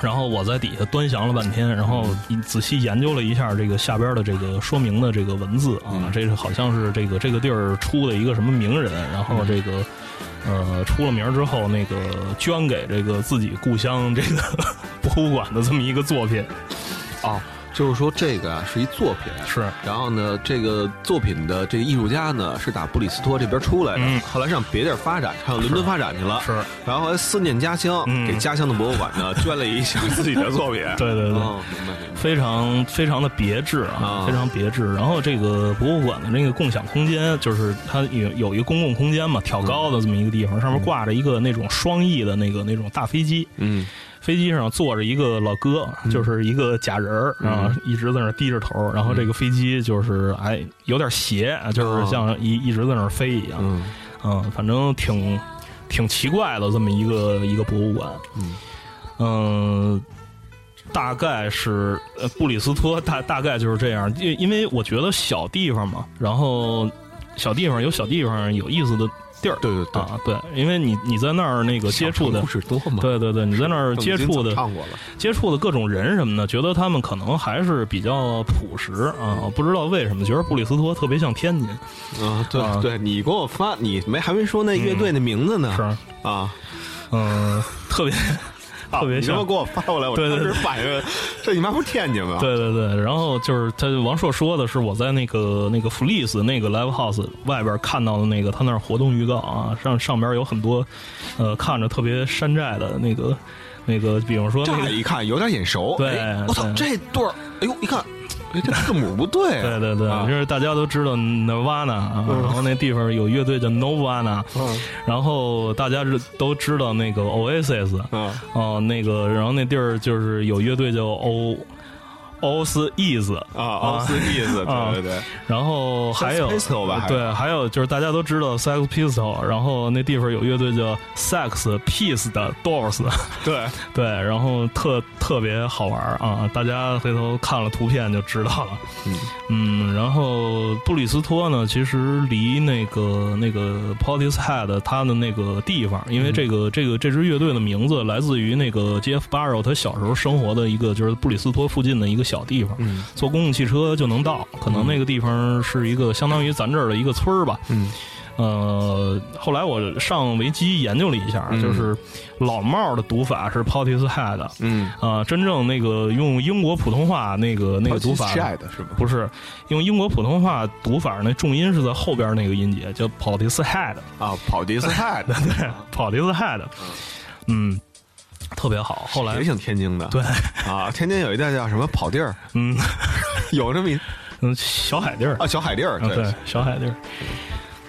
Speaker 3: 然后我在底下端详了半天，然后仔细研究了一下这个下边的这个说明的这个文字啊，这是好像是这个这个地儿出的一个什么名人，然后这个。呃，出了名儿之后，那个捐给这个自己故乡这个 博物馆的这么一个作品，
Speaker 2: 哦，就是说这个啊是一作品，
Speaker 3: 是
Speaker 2: 然后呢，这个作品的这个艺术家呢是打布里斯托这边出来的，
Speaker 3: 嗯
Speaker 2: 后来上别地儿发展，上伦敦发展去了。
Speaker 3: 是
Speaker 2: 然后后来思念家乡，
Speaker 3: 嗯
Speaker 2: 给家乡的博物馆呢捐了一项自己的作品。
Speaker 3: 对对对，
Speaker 2: 哦，明白明白。
Speaker 3: 非常非常的别致啊
Speaker 2: 啊，
Speaker 3: 非常别致。然后这个博物馆的那个共享空间，就是它有有一个公共空间嘛，挑高的这么一个地方，上面挂着一个那种双翼的那个那种大飞机，
Speaker 2: 嗯
Speaker 3: 飞机上坐着一个老哥，就是一个假人儿啊，一直在那儿低着头。然后这个飞机就是哎有点斜，就是像一一直在那儿飞一样，
Speaker 2: 嗯
Speaker 3: 嗯，反正挺挺奇怪的这么一个一个博物馆。
Speaker 2: 嗯
Speaker 3: 嗯，大概是呃布里斯托大大概就是这样，因因为我觉得小地方嘛，然后小地方有小地方有意思的地儿，
Speaker 2: 对对对
Speaker 3: 啊，对，因为你你在那儿那个接触的
Speaker 2: 故。事多嘛？
Speaker 3: 对对对，你在那儿
Speaker 2: 邓
Speaker 3: 接
Speaker 2: 金早
Speaker 3: 触的
Speaker 2: 唱过了，
Speaker 3: 接触的各种人什么的，觉得他们可能还是比较朴实啊，我不知道为什么，觉得布里斯托特别像天津，
Speaker 2: 嗯，
Speaker 3: 啊嗯
Speaker 2: 对对，你给我发，你没还没说那乐队的名字呢？
Speaker 3: 是，
Speaker 2: 啊，
Speaker 3: 嗯、特别特别
Speaker 2: 你他
Speaker 3: 像
Speaker 2: 妈给我发过来，我
Speaker 3: 对
Speaker 2: 当
Speaker 3: 对
Speaker 2: 时反应，这你妈不是天津吗？
Speaker 3: 对对对，然后就是他王朔说的是我在那个那个弗利斯那个 live house 外边看到的那个他那儿活动预告啊，上上边有很多呃看着特别山寨的那个那个，比方说那
Speaker 2: 乍
Speaker 3: 个。
Speaker 2: 一看有点眼熟，
Speaker 3: 对
Speaker 2: 哎我操，
Speaker 3: 对
Speaker 2: 这对儿，哎呦，一看，哎，这字母不对啊，
Speaker 3: 对对对，
Speaker 2: 啊嗯
Speaker 3: 就是大家都知道 Nirvana 啊，然后那地方有乐队叫 Novana，然后大家知都知道那个 Oasis，
Speaker 2: 嗯
Speaker 3: 哦，那个，然后那地儿就是有乐队叫 O O S E S
Speaker 2: 啊，奥斯意思，
Speaker 3: 啊
Speaker 2: 对对对，
Speaker 3: 然后还有
Speaker 2: Sex Pistol 吧还是
Speaker 3: 对，还有就是大家都知道 Sex Pistol，然后那地方有乐队叫 Sex Peace 的 Doors，
Speaker 2: 对，
Speaker 3: 对，然后特特别好玩儿啊，大家回头看了图片就知道了。
Speaker 2: 嗯
Speaker 3: 嗯，然后布里斯托呢，其实离那个那个 Portishead 他的那个地方，
Speaker 2: 嗯
Speaker 3: 因为这个、这个这支乐队的名字来自于那个 Jeff Barrow 他小时候生活的一个就是布里斯托附近的一个小地方，
Speaker 2: 嗯
Speaker 3: 坐公共汽车就能到，可能那个地方是一个相当于咱这儿的一个村儿吧。
Speaker 2: 嗯
Speaker 3: 呃，后来我上维基研究了一下，
Speaker 2: 嗯
Speaker 3: 就是老帽的读法是 Portishead，啊、
Speaker 2: 嗯，
Speaker 3: 真正那个用英国普通话那个那个读法
Speaker 2: 亲爱的是吧？
Speaker 3: 不是用英国普通话读法，那重音是在后边那个音节，叫 Portishead，Portishead，
Speaker 2: 啊，跑迪斯泰的，
Speaker 3: 嗯，特别好。后 来
Speaker 2: 也挺天津的，
Speaker 3: 对，
Speaker 2: 啊，天津有一带叫什么跑地儿，
Speaker 3: 嗯
Speaker 2: 有这么一
Speaker 3: 嗯，小海地儿
Speaker 2: 啊小海地儿，
Speaker 3: 啊，对，小海地儿。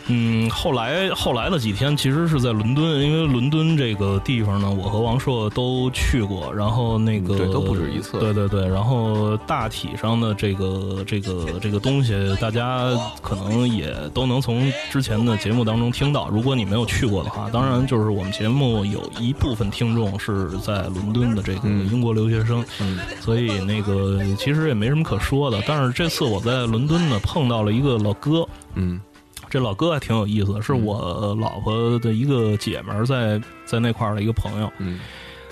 Speaker 3: 嗯，后来后来的几天其实是在伦敦，因为伦敦这个地方呢，我和王硕都去过，然后那个、
Speaker 2: 嗯对都不止一次
Speaker 3: 对对对，然后大体上的这个这个这个东西，大家可能也都能从之前的节目当中听到。如果你没有去过的话，当然就是我们节目有一部分听众是在伦敦的这个英国留学生，所以那个其实也没什么可说的。但是这次我在伦敦呢碰到了一个老哥，
Speaker 2: 嗯
Speaker 3: 这老哥还挺有意思，是我老婆的一个姐们儿在在那块儿的一个朋友。
Speaker 2: 嗯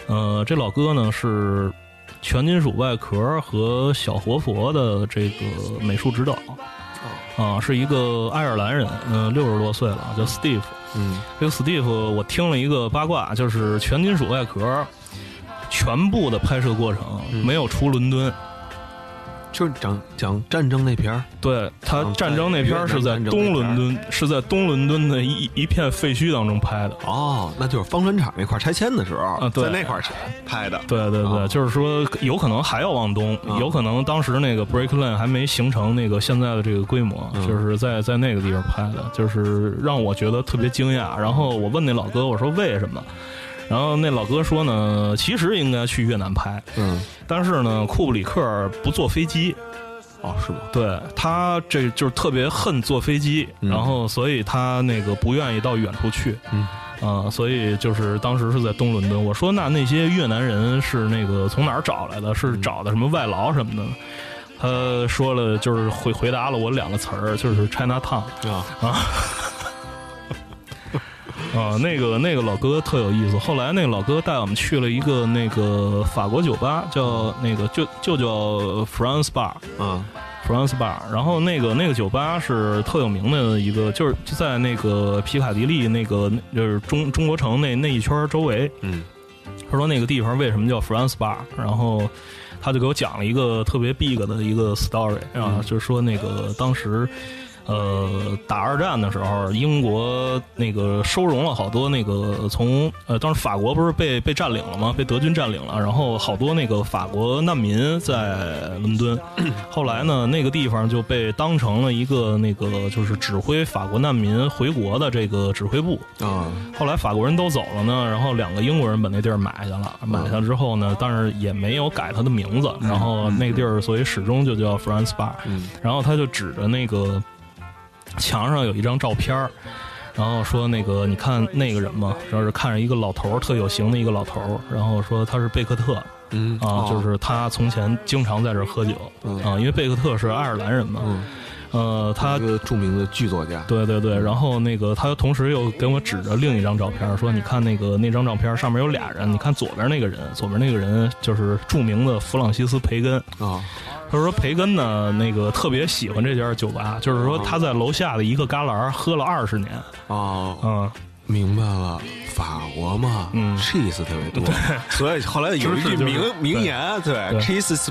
Speaker 3: 呃，这老哥呢是全金属外壳和小活佛的这个美术指导，啊，是一个爱尔兰人，嗯、六十多岁了，叫 Steve。
Speaker 2: 嗯
Speaker 3: 这个 Steve 我听了一个八卦，就是全金属外壳全部的拍摄过程
Speaker 2: 嗯
Speaker 3: 没有出伦敦，
Speaker 2: 就是讲讲战争那片儿，
Speaker 3: 对他
Speaker 2: 嗯
Speaker 3: 战争那片儿是哦在东伦敦，是在东伦敦的一一片废墟当中拍的。
Speaker 2: 哦，那就是方砖厂那块儿拆迁的时候，
Speaker 3: 啊对
Speaker 2: 在那块儿拍的，
Speaker 3: 对对对，
Speaker 2: 哦
Speaker 3: 就是说有可能还要往东，
Speaker 2: 嗯
Speaker 3: 有可能当时那个 Break Lane 还没形成那个现在的这个规模，
Speaker 2: 嗯
Speaker 3: 就是在在那个地方拍的，就是让我觉得特别惊讶。然后我问那老哥，我说为什么？然后那老哥说呢，其实应该去越南拍，
Speaker 2: 嗯，
Speaker 3: 但是呢，库布里克不坐飞机，
Speaker 2: 哦，是吗？
Speaker 3: 对他这就是特别恨坐飞机，
Speaker 2: 嗯
Speaker 3: 然后所以他那个不愿意到远处去，
Speaker 2: 嗯
Speaker 3: 啊、所以就是当时是在东伦敦。我说那那些越南人是那个从哪儿找来的？是找的什么外劳什么的呢？他说了，就是回回答了我两个词儿，就是 China Town
Speaker 2: 啊，
Speaker 3: 啊、那个那个老哥特有意思。后来那个老哥带我们去了一个那个法国酒吧，叫那个就就叫 France Bar，
Speaker 2: 嗯
Speaker 3: France Bar，然后那个那个酒吧是特有名的一个，就是就在那个皮卡迪利那个就是中中国城那那一圈儿周围。
Speaker 2: 嗯
Speaker 3: 他说那个地方为什么叫 France Bar，然后他就给我讲了一个特别 big 的一个 story 啊，就是说那个当时。呃，打二战的时候，英国那个收容了好多那个从呃，当时法国不是被被占领了吗？被德军占领了，然后好多那个法国难民在伦敦。后来呢，那个地方就被当成了一个那个就是指挥法国难民回国的这个指挥部。
Speaker 2: 啊，
Speaker 3: 后来法国人都走了呢，然后两个英国人把那地儿买下
Speaker 2: 嗯
Speaker 3: 了，买下之后呢，但是也没有改它的名字，然后那个地儿所以始终就叫 France Bar，
Speaker 2: 嗯
Speaker 3: 然后他就指着那个墙上有一张照片儿然后说那个你看那个人嘛，然后是看着一个老头儿，特有型的一个老头儿，然后说他是贝克特，
Speaker 2: 嗯
Speaker 3: 啊，就。
Speaker 2: 哦
Speaker 3: 是他从前经常在这儿喝酒
Speaker 2: 嗯
Speaker 3: 啊，因为贝克特是爱尔兰人嘛，
Speaker 2: 嗯，
Speaker 3: 呃，他
Speaker 2: 一个著名的剧作家，
Speaker 3: 对对对，然后那个他同时又给我指着另一张照片说，你看那个那张照片上面有俩人，你看左边那个人，左边那个人就是著名的弗朗西斯培根。
Speaker 2: 啊，
Speaker 3: 他说培根呢，那个特别喜欢这家酒吧，就是说他在楼下的一个旮旯喝了二十年，
Speaker 2: 哦，
Speaker 3: 嗯，
Speaker 2: 明白了，法国嘛，
Speaker 3: 嗯
Speaker 2: ，cheese 特别多，所以后来有
Speaker 3: 就是
Speaker 2: 一句
Speaker 3: 就是
Speaker 2: 名名言，啊对
Speaker 3: 对
Speaker 2: ，cheese is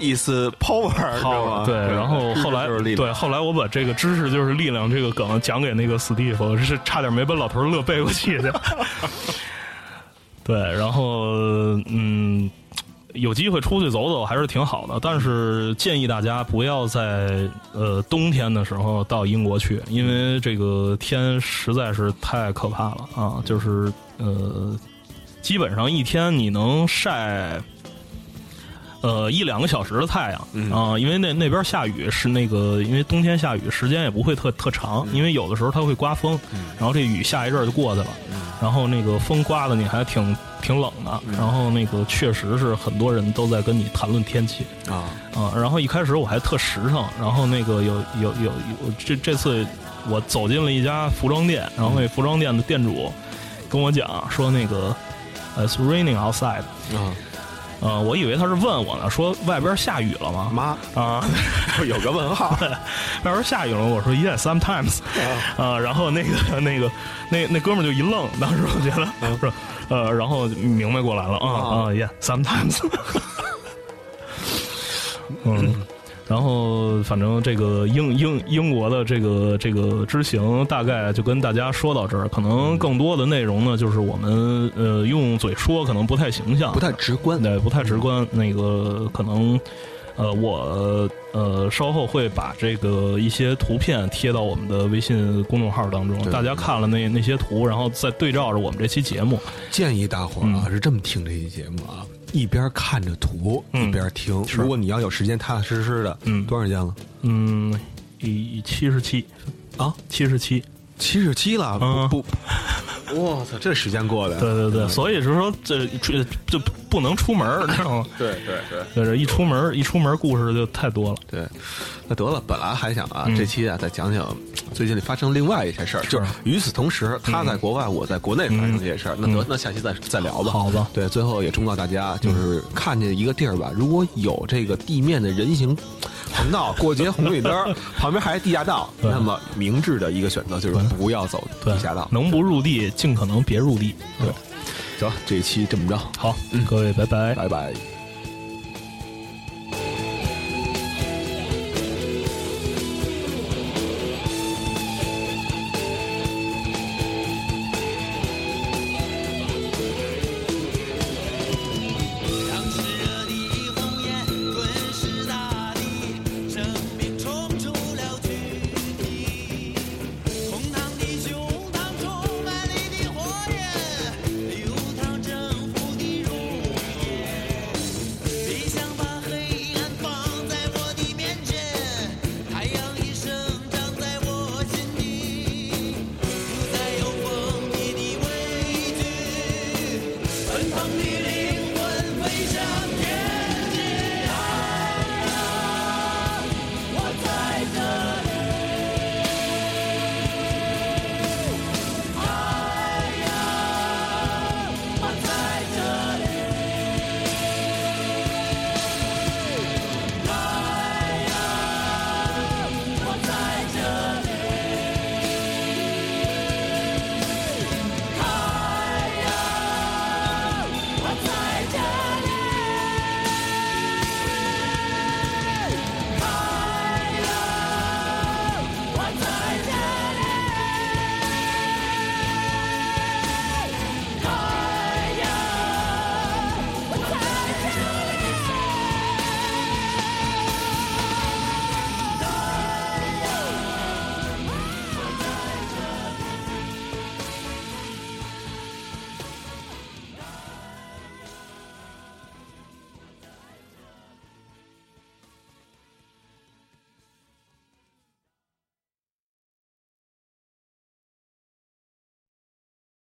Speaker 2: is power，知道吗？
Speaker 3: 对，然后后来
Speaker 2: 就是力量
Speaker 3: 对后来我把这个知识就是力量这个梗讲给那个史蒂夫，是差点没把老头乐背过去的。对，然后嗯，有机会出去走走还是挺好的，但是建议大家不要在呃冬天的时候到英国去，因为这个天实在是太可怕了啊！就是呃，基本上一天你能晒。呃，一两个小时的太阳啊、因为那那边下雨是那个，因为冬天下雨时间也不会特特长，因为有的时候它会刮风，然后这雨下一阵儿就过去了，然后那个风刮的你还挺挺冷的，然后那个确实是很多人都在跟你谈论天气
Speaker 2: 啊，
Speaker 3: 啊、然后一开始我还特实诚，然后那个有有有有这这次我走进了一家服装店，然后那服装店的店主跟我讲说那个呃 it's raining outside，
Speaker 2: 啊，
Speaker 3: 呃，我以为他是问我呢，说外边下雨了吗？
Speaker 2: 妈，
Speaker 3: 啊，
Speaker 2: 有个问号，
Speaker 3: 外边下雨了，我说 yes sometimes，啊， 然后那个那个那那哥们儿就一愣，当时我觉得
Speaker 2: 嗯
Speaker 3: 我说呃，然后明白过来了啊啊 yeah sometimes，嗯。然后，反正这个英英英国的这个这个之行，大概就跟大家说到这儿。可
Speaker 2: 嗯
Speaker 3: 能更多的内容呢，就是我们呃用嘴说，可能不太形象，
Speaker 2: 不太直观，
Speaker 3: 对，呃不太直观。那个可能，呃，我呃稍后会把这个一些图片贴到我们的微信公众号当中，
Speaker 2: 对
Speaker 3: 大家看了那那些图，然后再对照着我们这期节目，
Speaker 2: 建议大伙儿啊是这么听这期节目啊，一边看着图
Speaker 3: 嗯
Speaker 2: 一边听。如果你要有时间踏踏实实的，
Speaker 3: 嗯
Speaker 2: 多长时间了？
Speaker 3: 嗯，一七十七
Speaker 2: 啊，
Speaker 3: 七十七，
Speaker 2: 七十七了，
Speaker 3: 嗯
Speaker 2: 不不我操，这时间过的，嗯
Speaker 3: 对对对，所以是说这出就不能出门儿，知道吗？
Speaker 2: 对对对
Speaker 3: 就是一出门儿一出门儿故事就太多了。
Speaker 2: 对，那得了，本来还想
Speaker 3: 嗯
Speaker 2: 啊，这期啊再讲讲最近发生另外一些事儿，就是与此同时，他在国外，我在国内发生这些事儿。那得，那下期再再聊吧。
Speaker 3: 嗯好吧
Speaker 2: 对，最后也忠告大家，就是看见一个地儿吧，如果有这个地面的人行横道、过街红绿灯 儿，旁边还是地下道，那么明智的一个选择就是不要走
Speaker 3: 对
Speaker 2: 地下道，。
Speaker 3: 能不入
Speaker 2: 嗯
Speaker 3: 地尽可能别入地。对，
Speaker 2: 行，这一期这么着，嗯
Speaker 3: 好，各位拜拜。
Speaker 2: 拜拜。